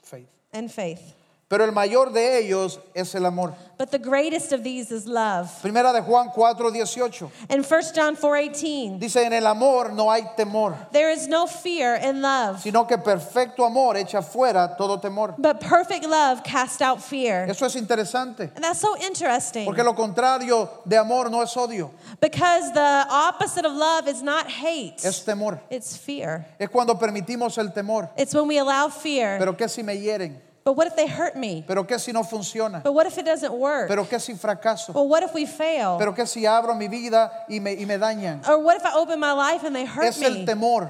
A: Faith.
B: and faith.
A: Pero el mayor de ellos es el amor.
B: But the greatest of these is love.
A: Primera de Juan 4, 18.
B: And 1 John 4 18,
A: Dice, en el amor no hay temor,
B: there is no fear in love,
A: sino que perfecto amor echa fuera todo temor.
B: but perfect love casts out fear.
A: Eso es interesante,
B: And that's so interesting.
A: porque lo contrario de amor no es odio,
B: Because the opposite of love is not hate,
A: es temor.
B: it's fear.
A: Es cuando permitimos el temor.
B: It's when we allow fear.
A: Pero qué si me hieren?
B: But what if they hurt me?
A: Pero qué si no funciona?
B: But what if it doesn't work?
A: Pero qué si fracaso?
B: Well, what if we fail?
A: Pero qué si abro mi vida y me, y me dañan?
B: Or what if I open my life and they hurt
A: Es el
B: me?
A: temor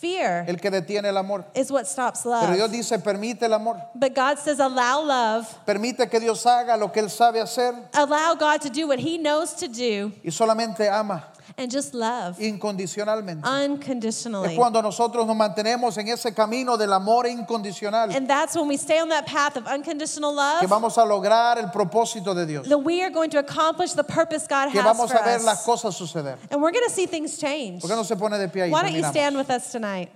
B: Fear
A: el que detiene el amor.
B: is what stops
A: Pero Dios
B: love.
A: dice, permite el amor.
B: But God says, allow love,
A: Permite que Dios haga lo que Él sabe hacer
B: allow God to do what He knows to do,
A: y solamente ama
B: and just love
A: incondicionalmente. Es
B: unconditionally.
A: cuando nosotros nos mantenemos en ese camino del amor incondicional
B: And that's when we stay on that path of unconditional
A: que
B: love,
A: vamos a lograr el propósito de Dios,
B: that we are going to accomplish the purpose God
A: que
B: has
A: vamos
B: for
A: a ver las
B: us.
A: cosas suceder.
B: And we're going to see things change.
A: ¿Por qué no se pone de pie ahí?
B: Why don't you
A: Terminamos.
B: stand with us tonight?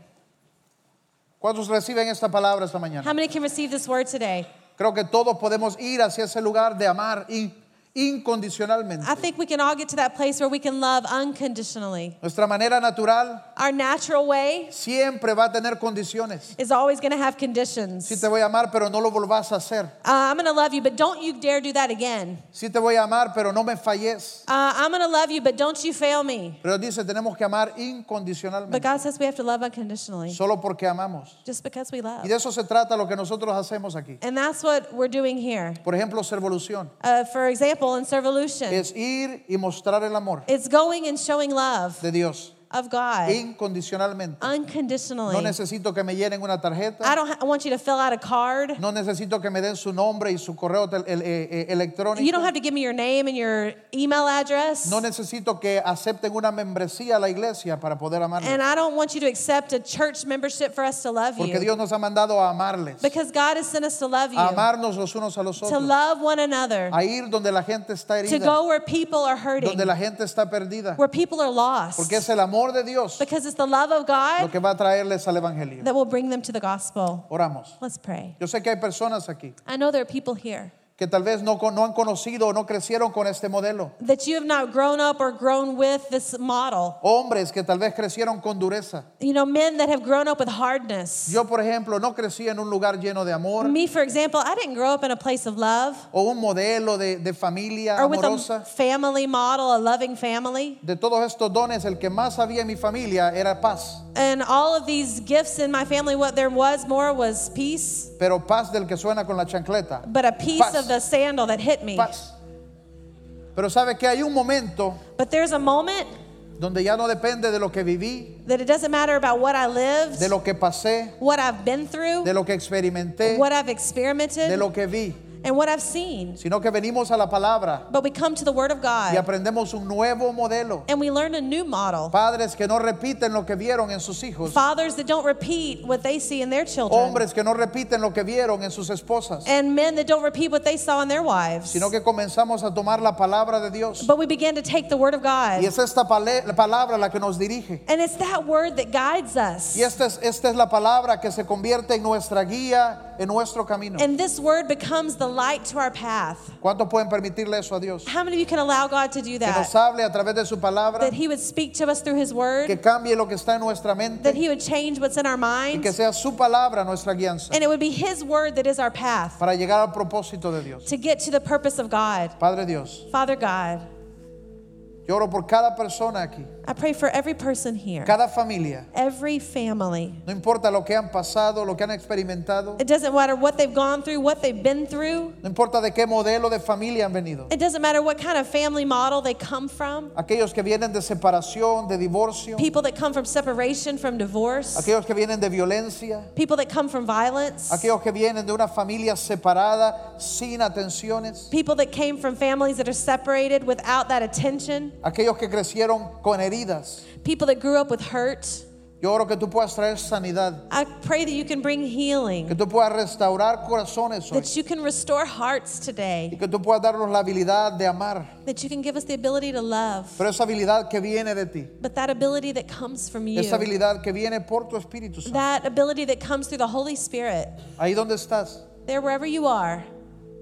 A: ¿Cuántos reciben esta palabra esta
B: How
A: mañana?
B: many can receive this word today?
A: Creo que todos podemos ir hacia ese lugar de amar in- incondicionalmente.
B: I think we can all get to that place where we can love unconditionally.
A: Nuestra manera natural
B: Our natural way
A: siempre va a tener condiciones.
B: is always going to have conditions.
A: Si te voy a amar, pero no lo volvás a hacer.
B: Uh, I'm going to love you, but don't you dare do that again.
A: Si te voy a amar, pero no me falles.
B: Uh, I'm going to love you, but don't you fail me.
A: Pero dice, tenemos que amar
B: But
A: incondicionalmente,
B: God says we have to love unconditionally
A: solo porque amamos.
B: just because we love.
A: Y de eso se trata lo que nosotros hacemos aquí.
B: And that's what we're doing here.
A: Por ejemplo, servolución
B: Uh, for example, in Servolution,
A: es ir y mostrar el amor
B: it's going and showing love
A: de Dios
B: of God Ah,
A: incondicionalmente. No
B: unconditionally.
A: necesito que me llenen una
B: I
A: tarjeta,
B: don't ha- I want you to fill out a card.
A: no necesito que me den su nombre y su correo tel- el- eh, eh,
B: You don't
A: electrónico,
B: have to give me your name and your email address.
A: no necesito que acepten una membresía a la iglesia para poder amarles,
B: And I don't want you to accept a church membership for us to love
A: porque
B: you.
A: Dios nos ha mandado a amarles,
B: Because God has sent us to love
A: a
B: you,
A: amarnos los unos a los
B: to
A: otros,
B: love one another,
A: a ir donde la gente está
B: to
A: herida,
B: go where people are
A: donde
B: hurting,
A: la gente está perdida,
B: where people are
A: porque es
B: lost.
A: el amor de Dios
B: Because it's the love of
A: lo
B: God
A: que va a traerles al evangelio.
B: that will bring them to the gospel.
A: Oramos.
B: Let's pray.
A: Yo sé que hay personas aquí
B: I know there are people here
A: que tal vez no, con- no han conocido o no crecieron con este modelo.
B: that you have not grown up or grown with this model.
A: Hombres que tal vez crecieron con dureza.
B: You know, men that have grown up with hardness.
A: Yo, por ejemplo, no crecí en un lugar lleno de amor
B: Me, for example, I didn't grow up in a place of love.
A: o un modelo de, de familia
B: or with
A: amorosa.
B: a family model, a loving family.
A: De todos estos dones, el que más había en mi familia era paz,
B: And all of these gifts in my family, what there was more was peace,
A: pero paz del que suena con la chancleta.
B: but a piece
A: Paz.
B: of the sandal that hit me.
A: Paz. Pero sabe que hay un momento
B: But there's a moment
A: donde ya no depende de lo que viví,
B: that it doesn't matter about what I lived,
A: de lo que pasé,
B: what I've been through,
A: de lo que experimenté,
B: what I've
A: de
B: experimented,
A: lo que vi,
B: and what I've seen.
A: sino que venimos a la palabra
B: But we come to the Word of
A: y
B: God
A: aprendemos un nuevo modelo.
B: and we learn a new model.
A: Padres que no repiten lo que vieron en sus hijos.
B: Fathers that don't repeat what they see in their children,
A: Hombres que no repiten lo que vieron en sus esposas,
B: and men that don't repeat what they saw in their wives.
A: sino que comenzamos a tomar la palabra de Dios.
B: But we begin to take the Word of God
A: Y es esta pale- la palabra la que nos dirige.
B: And it's that word that guides us.
A: Y esta es, esta es la palabra que se convierte en nuestra guía, en nuestro camino.
B: And this word becomes the light to our path.
A: ¿Cuántos pueden permitirle eso a Dios?
B: How many of you can allow God to do
A: Que
B: that?
A: nos hable a través de su palabra,
B: That He would speak to us through His word,
A: que cambie lo que está en nuestra
B: that
A: mente
B: He would change what's in our
A: y
B: mind,
A: que sea su palabra nuestra guianza
B: and it would be His word that is our path
A: para llegar al propósito de Dios.
B: to get to the purpose of God.
A: Padre Dios,
B: Father God,
A: yo oro por cada persona aquí,
B: I pray for every person here,
A: cada familia.
B: every family.
A: No importa lo que han pasado, lo que han experimentado.
B: It doesn't matter what they've gone through, what they've been through,
A: No importa de qué modelo de familia han venido.
B: it doesn't matter what kind of family model they come from.
A: Aquellos que vienen de separación, de divorcio.
B: People that come from separation, from divorce,
A: Aquellos que vienen de violencia.
B: people that come from violence.
A: Aquellos que vienen de una familia separada, sin atenciones.
B: People that came from families that are separated without that attention.
A: Aquellos que crecieron con heridas.
B: People that grew up with hurt.
A: Yo oro que tú puedas traer sanidad.
B: I pray that you can bring
A: Que
B: healing,
A: tú puedas restaurar corazones hoy.
B: that you can restore hearts
A: Y
B: today,
A: que tú puedas darnos la habilidad de amar.
B: that you can give us the ability to love,
A: Pero esa habilidad que viene de ti.
B: but that ability that comes from you,
A: Esa habilidad que viene por tu Espíritu Santo.
B: that ability that comes through the Holy Spirit,
A: Ahí donde estás.
B: there wherever you are.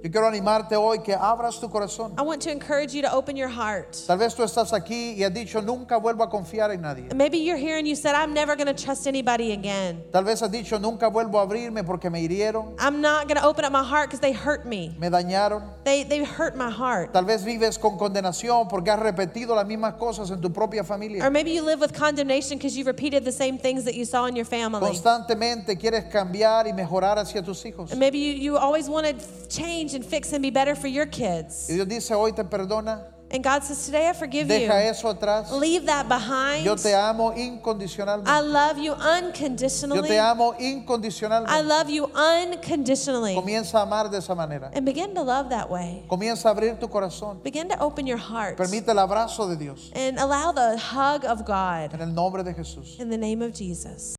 A: Yo quiero animarte hoy que abras tu corazón.
B: I want to encourage you to open your heart.
A: Tal vez tú estás aquí y has dicho, nunca vuelvo a confiar en nadie.
B: Maybe you're here and you said, I'm never going to trust anybody again.
A: Tal vez has dicho, nunca vuelvo a abrirme porque me hirieron,
B: I'm not going to open up my heart because they hurt me.
A: me dañaron.
B: They, they hurt my heart.
A: Tal vez vives con condenación porque has repetido las mismas cosas en tu propia
B: Or
A: familia.
B: maybe you live with condemnation because you repeated the same things that you saw in your family.
A: Constantemente quieres cambiar y mejorar hacia tus hijos.
B: And maybe you, you always want to f- change and fix and be better for your
A: Y
B: kids.
A: Dios dice, hoy te perdona,
B: And God says, Today I forgive
A: deja
B: you.
A: eso atrás.
B: Leave that behind.
A: Yo te amo
B: I
A: incondicionalmente.
B: love you
A: Yo te
B: unconditionally.
A: amo
B: I
A: incondicionalmente.
B: love you unconditionally.
A: Comienza a amar de esa manera.
B: And begin to love that way.
A: Comienza a abrir tu corazón.
B: Begin to open your heart
A: Permite el abrazo de Dios.
B: and allow the hug of
A: En
B: God
A: el nombre de Jesús.
B: in the name of Jesus.